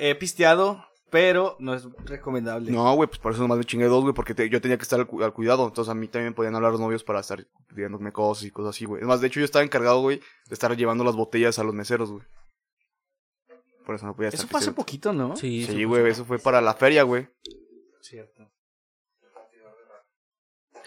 He pisteado, pero no es recomendable. No, güey, pues por eso nomás me chingué dos, güey, porque te- yo tenía que estar al, cu- al cuidado. Entonces a mí también me podían hablar los novios para estar pidiéndome cosas y cosas así, güey. Es más, de hecho yo estaba encargado, güey, de estar llevando las botellas a los meseros, güey. Por eso no podía estar. Eso fue hace pisteando. poquito, ¿no? Sí, Sí, güey, eso fue para la feria, güey. Cierto.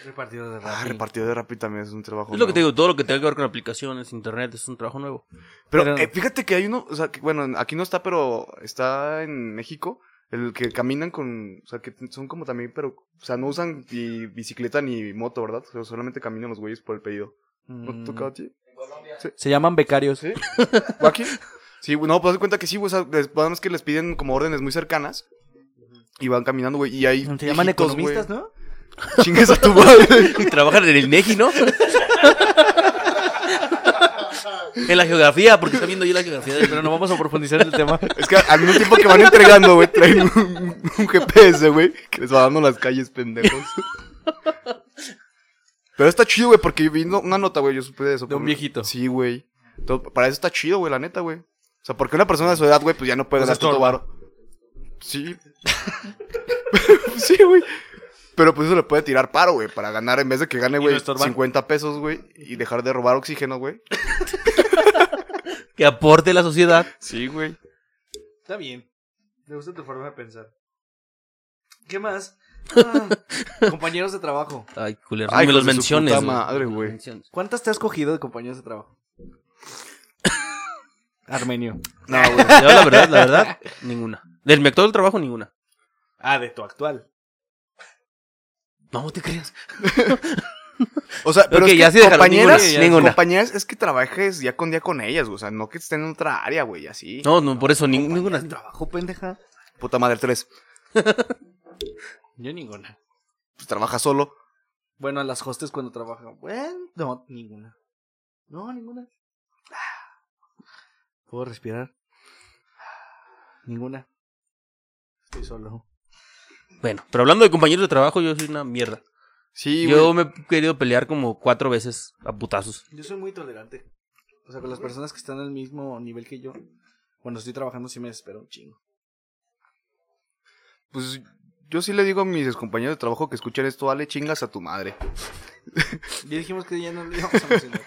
Repartidor de Ah, Rappi. repartido de Rappi también es un trabajo. Es lo que nuevo. te digo, todo lo que tenga que ver con aplicaciones, internet, es un trabajo nuevo. Pero, Pero- eh, fíjate que hay uno, o sea, que, bueno, aquí no está, pero está en México, el que caminan con, o sea, que son como también, pero, o sea, no usan ni bicicleta ni moto, ¿verdad? O sea, solamente caminan los güeyes por el pedido. ¿No te Mm. tocaba a ti? Se llaman becarios. ¿Sí? ¿O aquí? Sí, güey, no, pues haz de cuenta que sí, güey, o sea, les- nada más que les piden como órdenes muy cercanas y van caminando, güey, y hay Se llaman viejitos, güey. economistas, ¿no? Chingues a tu madre. Y trabajan en el Neji, ¿no? en la geografía, porque está viendo yo la geografía del Pero no vamos a profundizar en el tema. Es que al mismo tiempo que van entregando, güey, traen un, un- un GPS, güey, que les va dando las calles, pendejos. Pero está chido, güey, porque vi no- una nota, güey, yo supe de eso. De un por- viejito. Sí, güey. Entonces, Para eso está chido, güey, la neta, güey. O sea, porque una persona de su edad, güey, pues ya no puede Pues ganar tanto estorba. varo. Sí. sí, güey. Pero pues eso le puede tirar paro, güey, para ganar, en vez de que gane, Y no güey, estorbar. 50 pesos, güey, y dejar de robar oxígeno, güey. que aporte a la sociedad. Sí, güey. Está bien. Me gusta tu forma de pensar. ¿Qué más? Ah, compañeros de trabajo. Ay, culero, Ay, no me los hijos de su menciones. puta güey. madre, güey. Menciones. ¿Cuántas te has cogido de compañeros de trabajo? Armenio. No, güey. Te digo la verdad, la verdad, ninguna. Del mi actual trabajo, ninguna. Ah, de tu actual. No, te creas. O sea, pero Ok, es que ya sí dejaron compañeras, ninguna, ya, ninguna. compañeras es que trabajes ya con día con ellas, güey, o sea, no que estén en otra área, güey, así. No, no, por eso, ni- ninguna. de trabajo, pendeja? Puta madre, tres. Yo ninguna. Pues trabaja solo. Bueno, a las hostes cuando trabajan. Bueno, no, ninguna. No, ninguna. ¿Puedo respirar? Ninguna. Estoy solo. Bueno, pero hablando de compañeros de trabajo, yo soy una mierda. Sí, güey. Yo me he querido pelear como cuatro veces a putazos. Yo soy muy tolerante. O sea, con las personas que están al mismo nivel que yo. Cuando estoy trabajando sí me desespero un chingo. Pues yo sí le digo a mis compañeros de trabajo que escuchen esto, dale chingas a tu madre. Ya dijimos que ya no le íbamos a mencionar.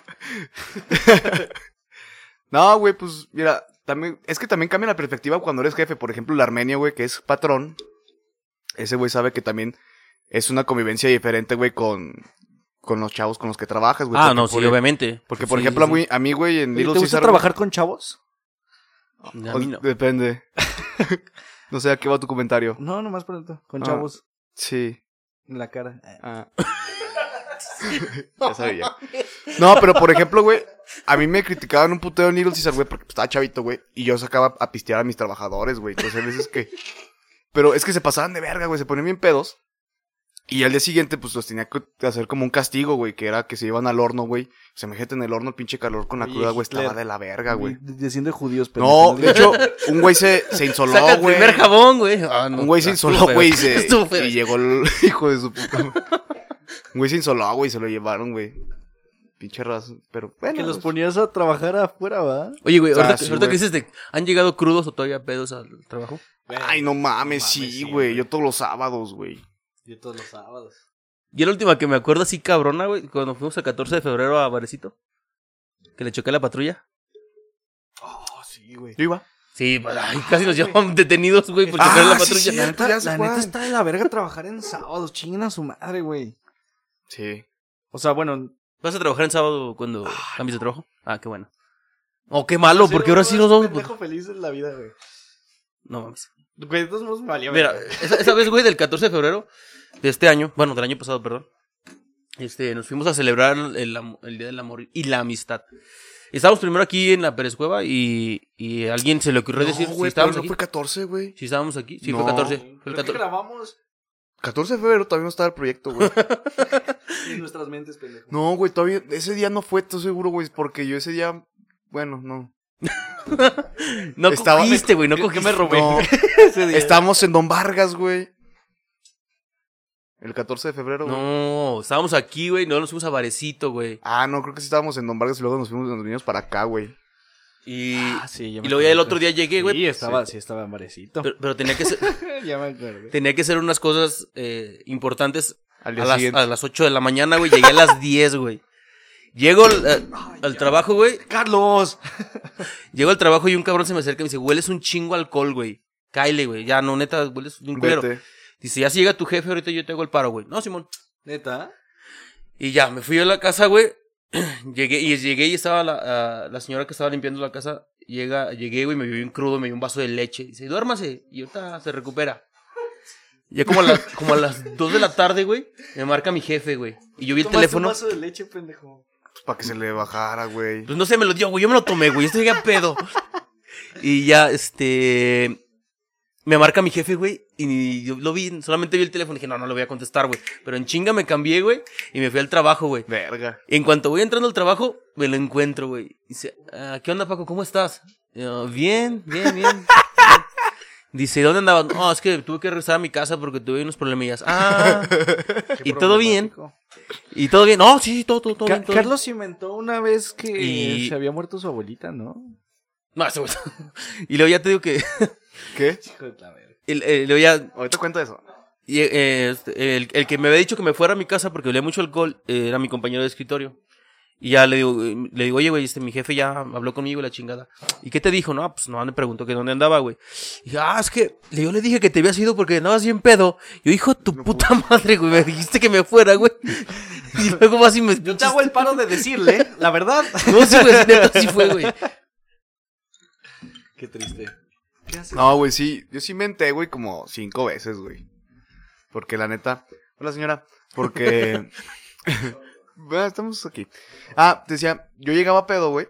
No, güey, pues mira, también, es que también cambia la perspectiva cuando eres jefe. Por ejemplo, el armenio, güey, que es patrón. Ese güey sabe que también es una convivencia diferente, güey, con, con los chavos con los que trabajas, güey. ah, porque no, por- sí, obviamente. Porque, por Sí, ejemplo, sí, a mí- a mí, güey, en Oye, Little ¿Te gusta Caesar, güey, trabajar con chavos? sí. A mí no. Depende. no sé a qué va tu comentario. No, nomás pronto. Con Ah. chavos Sí. en la cara. Eh, Ah. ya sabía. No, pero por ejemplo, güey, a mí me criticaban un puteo en Little Caesar, güey, porque estaba chavito, güey, y yo sacaba a pistear a mis trabajadores, güey. Entonces, a veces que. Pero es que se pasaban de verga, güey, se ponían bien pedos. Y al día siguiente, pues los tenía que hacer como un castigo, güey, que era que se iban al horno, güey. Se me en el horno, el pinche calor con la Oye, cruda, güey, estaba Hitler. de la verga, güey. De- Desciende judíos, pero. No, de hecho, un güey se, se insoló, Saca el güey. primer jabón, güey. Ah, no, Un güey se estuvo insoló, feo. güey, y se- Estuvo feo. y llegó el hijo de su puta. madre. Un güey se insoló, güey, y se lo llevaron, güey. Pinche raza. Pero bueno. Que los pues, ponías a trabajar afuera, ¿va? Oye, güey, ahorita, Ah, sí, ahorita que güey. dices de... ¿Han llegado crudos o todavía pedos al trabajo? Ay, no mames, sí, güey. Yo todos los sábados, güey. Yo todos los sábados. Yo la última que me acuerdo así cabrona, güey, cuando fuimos el 14 de febrero a Varecito. Que le choqué a la patrulla. Oh, sí, güey. Yo iba. Sí, pues, ay, casi nos llevaban detenidos, güey, por chocar a la Ah, sí, patrulla. sí. La Cierto, neta, ya sé la neta cuál. está de la verga trabajar en sábados. Chinguen a su madre, güey. Sí. O sea, bueno, ¿Vas a trabajar en sábado cuando cambies de trabajo? Ah, qué bueno. Oh, Pues qué malo, porque ahora sí nos vamos... Un pues. pendejo feliz en la vida, güey. No mames. Güey, de todos modos me valía Mira, verga. esa, esa vez, güey, del 14 de febrero de este año, bueno, del año pasado, perdón, este, nos fuimos a celebrar el, am- el Día del Amor y la Amistad. Estábamos primero aquí en la Pérez Cueva y, y a alguien se le ocurrió decir no, si güey, pero estábamos no aquí. fue 14, güey. Si estábamos aquí, sí, No. fue 14. Fue el ¿Pero qué 14. grabamos 14 de febrero todavía no estaba el proyecto, güey. en nuestras mentes, pendejo? No, güey, todavía. Ese día no fue, estoy seguro, güey, porque yo ese día. Bueno, no. No Estaba- cogiste, güey, no Creo cogí. que me robé. No, Ese día. estábamos en Don Vargas, güey. El 14 de febrero, güey. No, estábamos aquí, güey, no nos fuimos a Varecito, güey. Ah, no, creo que sí estábamos en Don Vargas y luego nos fuimos, nos vinimos para acá, güey. Y, Ah, sí, ya y me luego ya el acordé. otro día llegué, güey. Sí, estaba, sí, estaba amarecito. Pero, pero tenía, que ser- ya me acordé. tenía que hacer unas cosas eh, importantes Al día A las, siguiente. a las 8 de la mañana, güey. Llegué a las 10, güey. Llego al, eh, al trabajo, güey. ¡Carlos! Llego al trabajo y un cabrón se me acerca y me dice, hueles un chingo a alcohol, güey. Cáile, güey. Ya, no, neta, hueles un culero. Vete. Dice, ya si llega tu jefe, ahorita yo te hago el paro, güey. No, Simón. ¿Neta? Y ya, me fui a la casa, güey. llegué, y llegué y estaba la, ah, la señora que estaba limpiando la casa. Llega, llegué, güey, me vio un crudo, me dio un vaso de leche. Dice, duérmase. Y ahorita se recupera. Ya como a, las como a las 2 de la tarde, güey, me marca mi jefe, güey. Y yo vi el Tomaste teléfono. un vaso de leche, pendejo. Pues para que se le bajara, güey. Pues no sé, me lo dio, güey. Yo me lo tomé, güey. Esto llegué a pedo. Y ya, este. Me marca mi jefe, güey, y yo lo vi, solamente vi el teléfono y dije, no, no le voy a contestar, güey. Pero en chinga me cambié, güey, y me fui al trabajo, güey. Verga. En cuanto voy entrando al trabajo, me lo encuentro, güey. Dice, "Ah, ¿qué onda, Paco? ¿Cómo estás? Y yo, bien, bien, bien. Dice, ¿dónde andabas? No, es que tuve que regresar a mi casa porque tuve unos problemillas. Ah, y todo bien, y todo bien. No, sí, sí, todo, todo, todo. Ca- bien, todo bien". Carlos inventó una vez que Y- se había muerto su abuelita, ¿no? No, ese güey- Y luego ya te digo que, ¿Qué? Hijo de la verga. el- eh, luego ya Ahorita cuento eso. Y, eh, este, el, el que me había dicho que me fuera a mi casa porque olía mucho alcohol eh, era mi compañero de escritorio. Y ya le digo, eh, le digo, oye, güey, este, mi jefe ya habló conmigo y la chingada. ¿Y qué te dijo? No, pues no, me preguntó que dónde andaba, güey. Y dije, ah, es que le- yo le dije que te habías ido porque andabas bien pedo. Yo, hijo, de tu puta madre, güey, me dijiste que me fuera, güey. Y luego vas y me... Yo te hago el paro de decirle, ¿eh? la verdad. No sé, güey, neta, sí fue, güey. Qué triste. ¿Qué haces? No, güey, sí. Yo sí menté, güey, como cinco veces, güey. Porque la neta. Hola, señora. Porque. Bueno, estamos aquí. Ah, te decía, yo llegaba pedo, güey.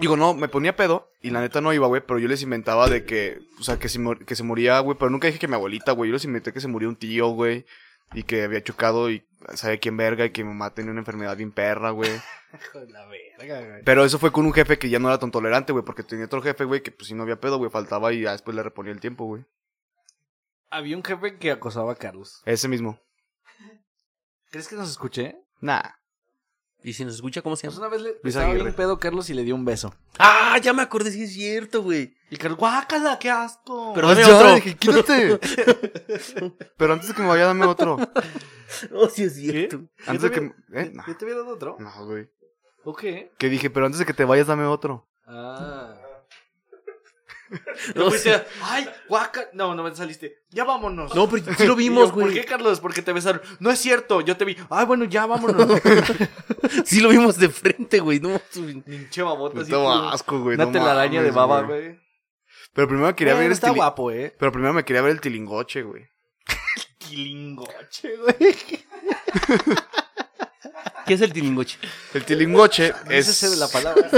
Digo, no, me ponía pedo y la neta no iba, güey, pero yo les inventaba de que, o sea, que se, mor- que se moría, güey, pero nunca dije que mi abuelita, güey, yo les inventé que se murió un tío, güey, y que había chocado y sabe quién verga y que mi mamá tenía una enfermedad bien perra, güey. Hijo de la verga, güey. Pero eso fue con un jefe que ya no era tan tolerante, güey, porque tenía otro jefe, güey, que pues si no había pedo, güey, faltaba y ya después le reponía el tiempo, güey. Había un jefe que acosaba a Carlos. Ese mismo. ¿Crees que nos escuché? Nah. Y si nos escucha, ¿cómo se Pues llama? una vez le Luis estaba Aguirre. bien pedo Carlos y le dio un beso. Ah, ya me acordé, sí es cierto, güey. Y Carlos, guácala, qué asco. Pero Pues dame ya, otro. dije, quítate. Pero antes de que me vaya, dame otro. No, sí es ¿Qué? cierto. ¿Yo Antes de te que. había- ¿Eh? ¿Yo te había dado otro? No, No, güey. ¿O qué? Que dije, pero antes de que te vayas, dame otro. Ah. No, No, sí- Ay, guaca. No, no me saliste. Ya vámonos. no, pero sí lo Y yo, vimos, ¿Por güey. qué, Carlos? Porque te besaron. No es cierto, yo te vi. Ay, bueno, ya vámonos. Sí lo vimos de frente, güey. No, su- Pinche babota. así, Puto como asco, Pues güey. Una no telaraña de mames, baba, güey. Pero primero quería Bueno, ver el Está tili- guapo, eh. Pero primero me quería ver el tilingoche, güey. Tilingoche, güey. ¿Qué es el tilingoche? El tilingoche Es... es, de la palabra.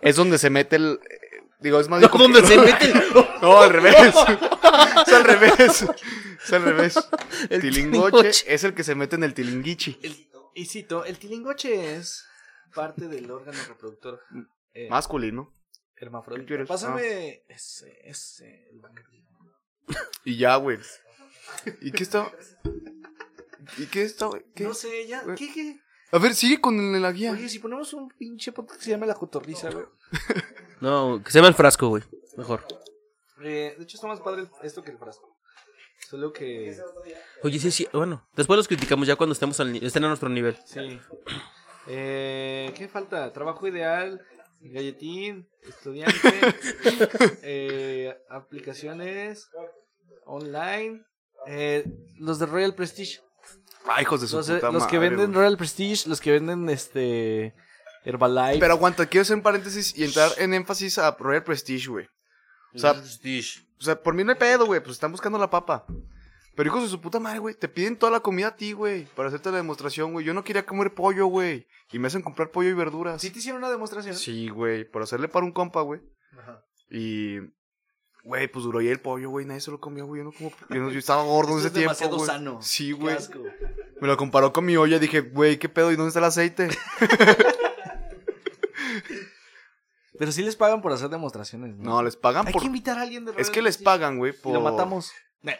es donde se mete el. eh, Digo, es más. bien ¿Dónde se mete el, No, al revés. es al revés. Es al revés. el tilingoche, es el que se mete en el tilinguichi. El- y cito, el tilingoche es parte del órgano reproductor. eh, Masculino. ¿Qué Hermafrodita. quieres? Pásame ese, ese. el Bacardí. Y ya, güey. ¿Y qué está? ¿Y qué está, güey? ¿Qué? No sé, ya. ¿Qué, qué? A ver, sigue con la guía. Oye, si ponemos un pinche podcast que se llama La Cotorriza, güey. No, que se llama el frasco, güey. Mejor. Eh, de hecho, está más padre esto que el frasco. Solo que. Oye, sí, sí. Bueno, después los criticamos ya cuando estemos al ni- estén a nuestro nivel. Sí. Eh, ¿Qué falta? Trabajo ideal, galletín, estudiante, eh, aplicaciones, online, eh, los de Royal Prestige. Ay, Ah, hijos de su Los, de- puta los que madre, venden güey. Royal Prestige, los que venden este Herbalife. Pero aguanta, quiero hacer un paréntesis y entrar en énfasis a Royal Prestige, güey. O sea, o sea, por mí no hay pedo, güey. Pues están buscando la papa. Pero hijos de su puta madre, güey. Te piden toda la comida a ti, güey. Para hacerte la demostración, güey. Yo no quería comer pollo, güey. Y me hacen comprar pollo y verduras. ¿Sí te hicieron una demostración? Sí, güey. Por hacerle para un compa, güey. Ajá. Y. Güey, pues duró ya el pollo, güey. Nadie se lo comió, güey. Yo no como. Yo, no- yo estaba gordo en Esto ese es tiempo. demasiado güey. sano. Sí, Qué güey. asco. Me lo comparó con mi olla. Dije, güey, ¿qué pedo? ¿Y dónde está el aceite? Pero sí les pagan por hacer demostraciones. No, No, les pagan hay por. que invitar a alguien de Es Royal que les Prestige pagan, güey. Y Por... lo matamos. Nah.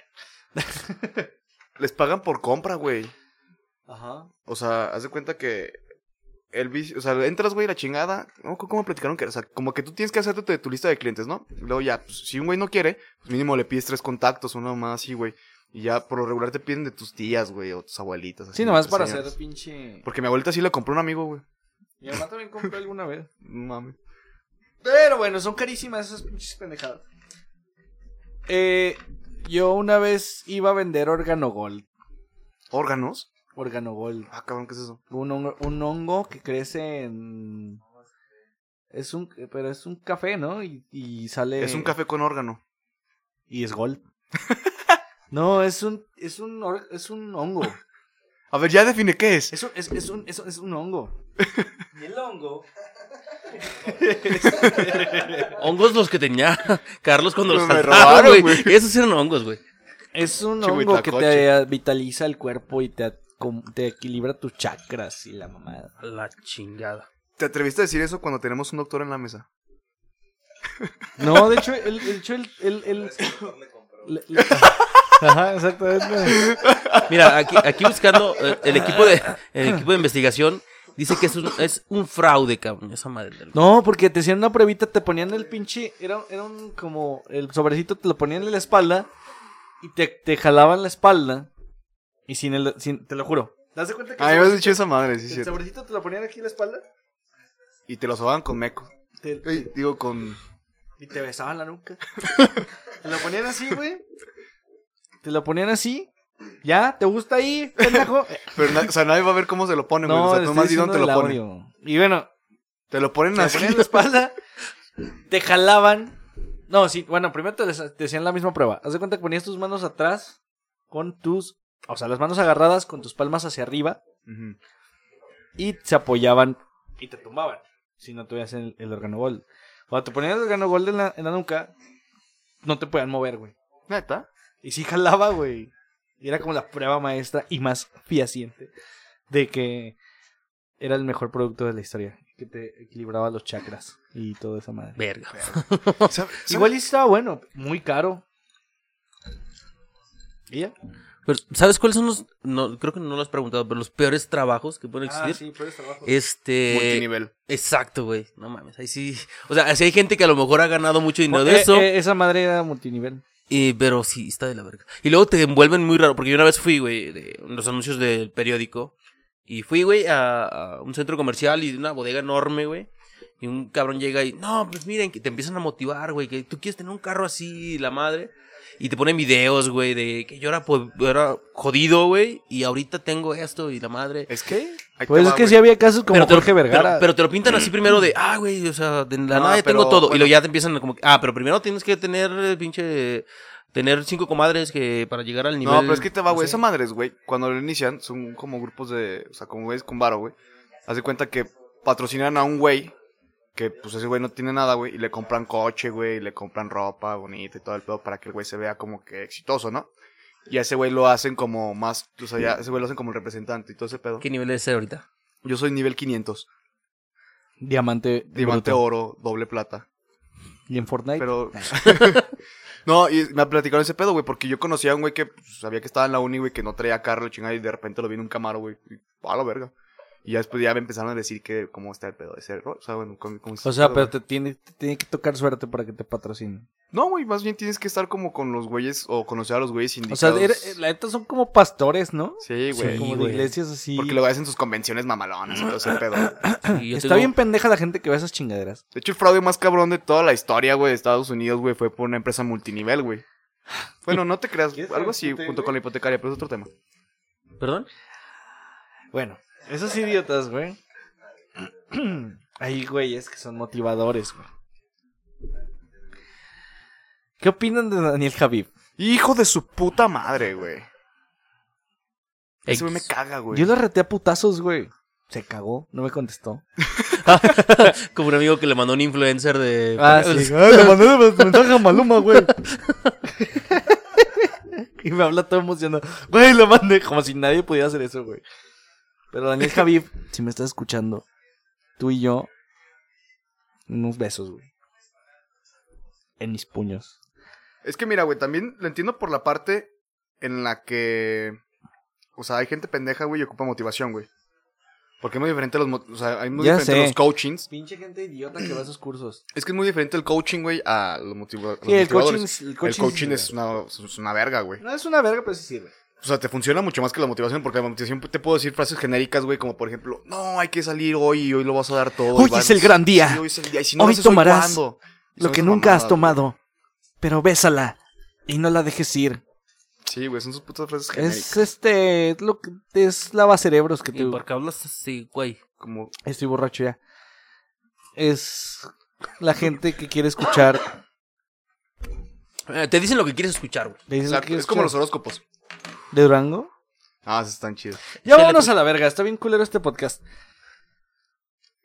Les pagan por compra, güey. Ajá. O sea, haz de cuenta que. El vicio, o sea, entras, güey, la chingada. No, ¿Cómo platicaron que? O sea, como que tú tienes que hacerte de tu lista de clientes, ¿no? Y Luego ya, pues, si un güey no quiere, pues mínimo le pides tres contactos, una más así, güey. Y ya por lo regular te piden de tus tías, güey, o tus abuelitas. Sí, así, nomás tus para señoras. hacer pinche. Porque mi abuelita sí la compró un amigo, güey. Mi mamá también compró alguna vez. No Mames. Pero bueno, son carísimas esas pinches pendejadas. Eh, yo una vez iba a vender organogold. ¿Órganos? Organogold. Ah, cabrón, ¿qué es eso? Un hongo, un hongo que crece en. Es un. Pero es un café, ¿no? Y, y sale. Es un café con órgano. Y es gold. no, es un. Es un, or- es un hongo. A ver, ya define qué es. Es un, es, es un, es, un- es un hongo. Y el hongo. Hongos los que tenía Carlos cuando Me los saltaron, robaron, güey. güey. Esos eran hongos, güey. Es un hongo que Chihuitacoche. te vitaliza el cuerpo y te, acom- te equilibra tus chakras y la mamada. La chingada. ¿Te atreviste a decir eso cuando tenemos un doctor en la mesa? No, de hecho, el. De hecho, el. el, el- le- le- Ajá, exactamente. Mira, aquí, aquí buscando eh, el equipo de el equipo de investigación dice que es un, es un fraude, cabrón. Esa madre del- No, porque te hacían una pruebita, te ponían el pinche. Era, era un como. El sobrecito te lo ponían en la espalda. Y te, te jalaban la espalda. Y sin el. Sin, te lo juro. ¿Te das de cuenta que Ah, el, me has sobre- dicho esa madre, sí, el es cierto. sobrecito te lo ponían aquí en la espalda? Y te lo sobaban con meco. te- Ey, digo, con... y te besaban la nuca. te lo ponían así, güey. Te lo ponían así. Ya, ¿te gusta ahí, pendejo? Pero, na- o sea, nadie va a ver cómo se lo ponen, güey. o sea, le tú estoy más di dónde te diciendo lo del ponen. audio. Y bueno, Te lo ponen Te así. ponían la espalda, te jalaban. No, sí, bueno, primero te, les- te hacían la misma prueba. Haz de cuenta que ponías tus manos atrás con tus, o sea, las manos agarradas con tus palmas hacia arriba Ujú. y se apoyaban y te tumbaban. Si no tuvieras el, el organogol. Cuando te ponían el organogol en la, en la nuca, no te podían mover, güey. ¿Neta? Y sí jalaba, güey. Y era como la prueba maestra y más fiaciente de que era el mejor producto de la historia. Que te equilibraba los chakras y toda esa madre. Verga. ¿Sabe- sabe- Igual y estaba bueno, muy caro. ¿Y ya? Pero, ¿sabes cuáles son los no, creo que no lo has preguntado, pero los peores trabajos que Ah, pueden existir? pero es trabajo. Este Multinivel. Exacto, güey. No mames, ahí sí. O sea, sí hay gente que a lo mejor ha ganado mucho dinero de Eh, eso, eh, esa madre era multinivel. y- pero sí, está de la verga. Y luego te envuelven muy raro, porque yo una vez fui, güey, de los anuncios del periódico, y fui, güey, a, a un centro comercial y una bodega enorme, güey. Y un cabrón llega y, no, pues miren, que te empiezan a motivar, güey, que tú quieres tener un carro así, la madre. Y te ponen videos, güey, de que yo era, po- era jodido, güey, y ahorita tengo esto y la madre. Es que... ahí te Pues es va, que güey. sí había casos como te lo- Jorge Vergara. Pero, pero te lo pintan así primero de, ah, güey, o sea, de la No, nada ya pero, tengo todo. Y bueno. luego ya te empiezan como, que, ah, pero primero tienes que tener, eh, pinche, tener cinco comadres que para llegar al nivel. No, pero es que te va, güey. no sé. Esa madre es, güey. Cuando lo inician, son como grupos de. O sea, como güeyes con varo, güey. Haz de cuenta que patrocinan a un güey. Que pues ese güey no tiene nada, güey. Y le compran coche, güey. Y le compran ropa bonita y todo el pedo para que el güey se vea como que exitoso, ¿no? Y a ese güey lo hacen como más. O sea, ya ese güey lo hacen como el representante y todo ese pedo. ¿Qué nivel es ese ahorita? Yo soy nivel 500. Diamante. Diamante bruto. oro, doble plata. Y en Fortnite. Pero. no, y me platicaron ese pedo, güey, porque yo conocía a un güey que pues, sabía que estaba en la uni, güey, que no traía carro, la chingada, y de repente lo vi en un camaro, güey. y, A la verga. Y ya después ya me empezaron a decir que cómo está el pedo de ser, o sea, bueno, cómo- cómo está o el sea, pedo, pero te güey. tiene, te tiene que tocar suerte para que te patrocinen. No, güey, más bien tienes que estar como con los güeyes o conocer a los güeyes O indicados. sea, era- la neta son como pastores, ¿no? Sí, Son güey. como güey. de iglesias así. Porque lo hacen sus convenciones mamalonas y todo ese pedo. güey. Y yo Está tengo- bien pendeja la gente que ve esas chingaderas. De hecho, el fraude más cabrón de toda la historia, güey, de Estados Unidos, güey, fue por una empresa multinivel, güey. Bueno, no te creas, ¿Quieres algo saber así, qué te- junto con la hipotecaria, pero es otro tema. ¿Perdón? Bueno, esos idiotas, güey. Hay güeyes que son motivadores, güey. ¿Qué opinan de Daniel Javib? Hijo de su puta madre, güey. X. Ese güey me caga, güey. Yo lo reté a putazos, güey. Se cagó, no me contestó. Como un amigo que le mandó un influencer de. Ah, Ah, le mandé mensaje a Maluma, güey. y me habla todo emocionado. Güey, lo mandé como si nadie pudiera hacer eso, güey. Pero Daniel Javib, si me estás escuchando, tú y yo, unos besos, güey. En mis puños. Es que mira, güey, también lo entiendo por la parte en la que. O sea, hay gente pendeja, güey, y ocupa motivación, güey. Porque es muy diferente los, mo- o sea, hay muy Ya diferente sé. los coachings. Pinche gente idiota que va a esos cursos. Es que es muy diferente el coaching, güey, a los, motiva- a los Sí, el coaching, motivadores. es- el El coaching, coaching, es, una, es una verga, güey. No es una verga, pero sí sirve. O sea, te funciona mucho más que la motivación, porque la motivación te puedo decir frases genéricas, güey, como por ejemplo, no, hay que salir hoy y hoy lo vas a dar todo. y Hoy vas- es el gran día. Sí, hoy es el día. Y si no Hoy lo haces, tomarás ¿cuándo? Y Lo son que esas nunca has mamadas, güey. tomado. Pero bésala. Y no la dejes ir. Sí, güey, son sus putas frases genéricas. Es este. es Lo que, es lavacerebros que ¿Y te. por qué hablas así, güey? Como Estoy borracho ya. Es la gente que quiere escuchar. Eh, te dicen lo que quieres escuchar, güey. ¿le dices que Exacto, quiere es como los escuchar? horóscopos. ¿De Durango? Ah, esos están chidos. Ya Sí, vámonos a la verga, está bien culero este podcast.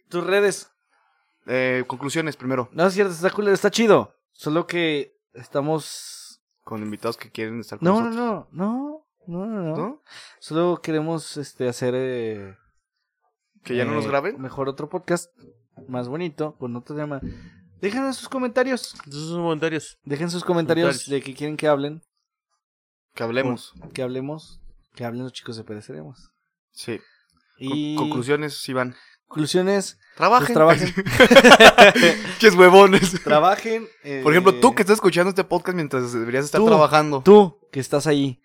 Tus redes. Eh, conclusiones primero, No es cierto, está culero, está chido. Solo que estamos. con invitados que quieren estar con No, no, nosotros. no, no, no, no, no. ¿No? Solo queremos este, hacer. eh, Que ya no eh, nos graben. Mejor otro podcast más bonito, con otro tema. Dejen sus comentarios. Esos son comentarios. Dejen sus comentarios Comentarios. de que quieren que hablen, Que hablemos. que hablemos, que hablen los chicos de Pereceremos. Sí. Con- Y Conclusiones, Iván. conclusiones, pues, Trabajen. trabajen, Ches huevones. trabajen. eh, Por ejemplo, tú que estás escuchando este podcast mientras deberías estar Tú, trabajando. tú que estás ahí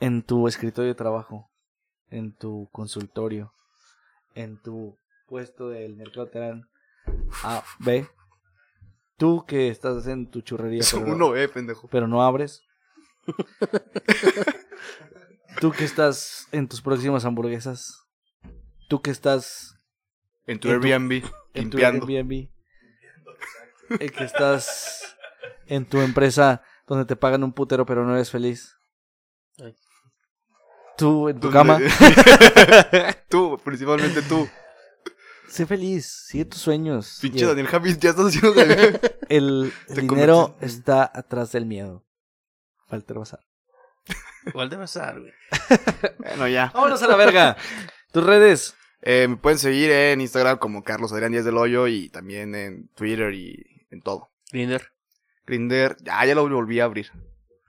en tu escritorio de trabajo, en tu consultorio, en tu puesto del mercado terán A, B, tú que estás en tu churrería, Es pero, uno, eh, pendejo. pero no abres, tú que estás en tus próximas hamburguesas, tú que estás En tu En tu- Airbnb, en tu limpiando. Airbnb. El que estás en tu empresa donde te pagan un putero pero no eres feliz. Ay. Tú en tu Donde- cama. tú, principalmente tú. Sé feliz, sigue tus sueños. Y Pinche el- Daniel Javis, ya estás haciendo de- El, el Te dinero está atrás del miedo. Walter Bazar. Igual de pasar, güey. Bueno, ya. Vámonos a la verga. Tus redes. Eh, me pueden seguir en Instagram como Carlos Adrián Díaz del Hoyo y también en Twitter y en todo. Grinder. Grinder, ya, ya lo volví a abrir.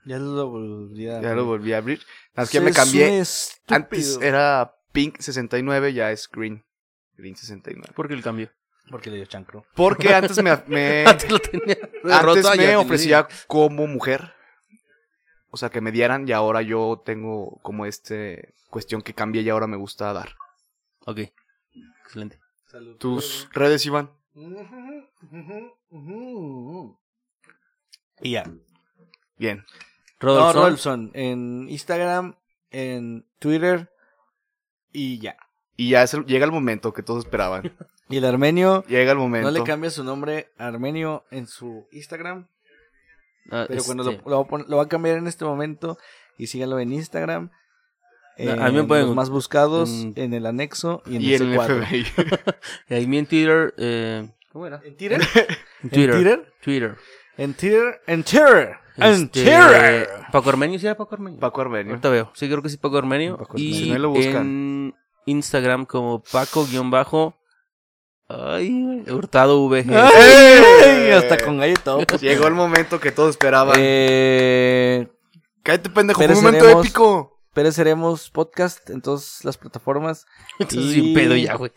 Ya lo volví a- Ya lo volví a abrir. Nada más que ya me Eres un cambié. estúpido. Antes era Pink 69, ya es Green. Green 69. ¿Por qué el cambio? Porque le dio chancro. Porque antes me, me- Antes lo tenía. Eh, antes roto, ya me tenía. ofrecía como mujer. O sea, que me dieran y ahora yo tengo como este cuestión que cambié y ahora me gusta dar. Ok. Excelente. Tus redes, Iván. Y ya. Bien. No, Rodolfo. Rolfson. En Instagram, en Twitter y ya. Y ya es el- llega el momento que todos esperaban. Y el armenio, Llega el momento. no le cambia su nombre a armenio en su Instagram, Ah, pero cuando este, lo, lo va a pon- lo va a cambiar en este momento y síganlo en Instagram. No, en a mí me pueden- los más buscados, en- en el anexo y en y el en el C4. FBI. y ahí mi en Twitter. eh, ¿Cómo era? ¿En Twitter? en Twitter. Twitter? Twitter. En Twitter. En Twitter. En Este, Twitter. Paco Armenio, sí era Paco Armenio. Paco Arbenio. Ahorita veo. Sí, creo que sí, Paco Armenio. Paco y Armenio. Si no, lo buscan. en Instagram como Paco-Hurtado Ay, Hurtado VG. ¡Ay! Este, Hasta con galleta. Llegó el momento que todos esperaban. pues. Eh, Cállate, pendejo. Fue pero un momento seremos- épico. Pérez Seremos Podcast en todas las plataformas. Entonces, y- sin pedo ya, güey.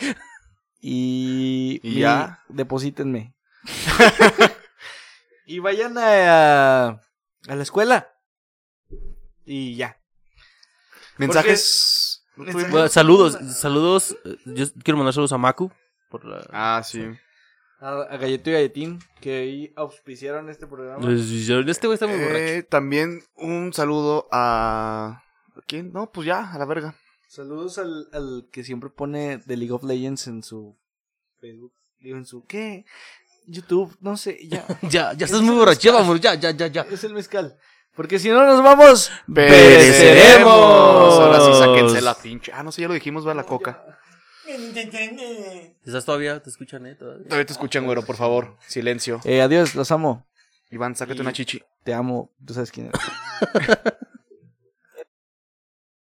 Y, ¿Y ya? Deposítenme. y vayan a, a la escuela. Y ya. Mensajes. Porque- Mensajes- Bueno, saludos, saludos. eh, Yo quiero mandar saludos a Maku. Por la... Ah, sí. A, a Galleto y Galletín, que ahí auspiciaron este programa. Este güey está muy borracho. Eh, también un saludo a. ¿a ¿Quién? No, pues ya, a la verga. Saludos al, al que siempre pone The League of Legends en su Facebook. Digo, en su, ¿qué? YouTube, no sé, ya. Ya, ya estás muy borracho, vamos, ya, ya, ya, ya. es el mezcal. Porque si no nos vamos. ¡Pereceremos! Ahora sí, sáquense la pinche. Ah, no sé, ya lo dijimos, va la coca. Eh, Estás todavía, te escuchan, eh, todavía. Todavía te escuchan, güero, por favor. Silencio. Eh, adiós, los amo. Iván, sácate Y- una chichi. Te amo, tú sabes quién eres.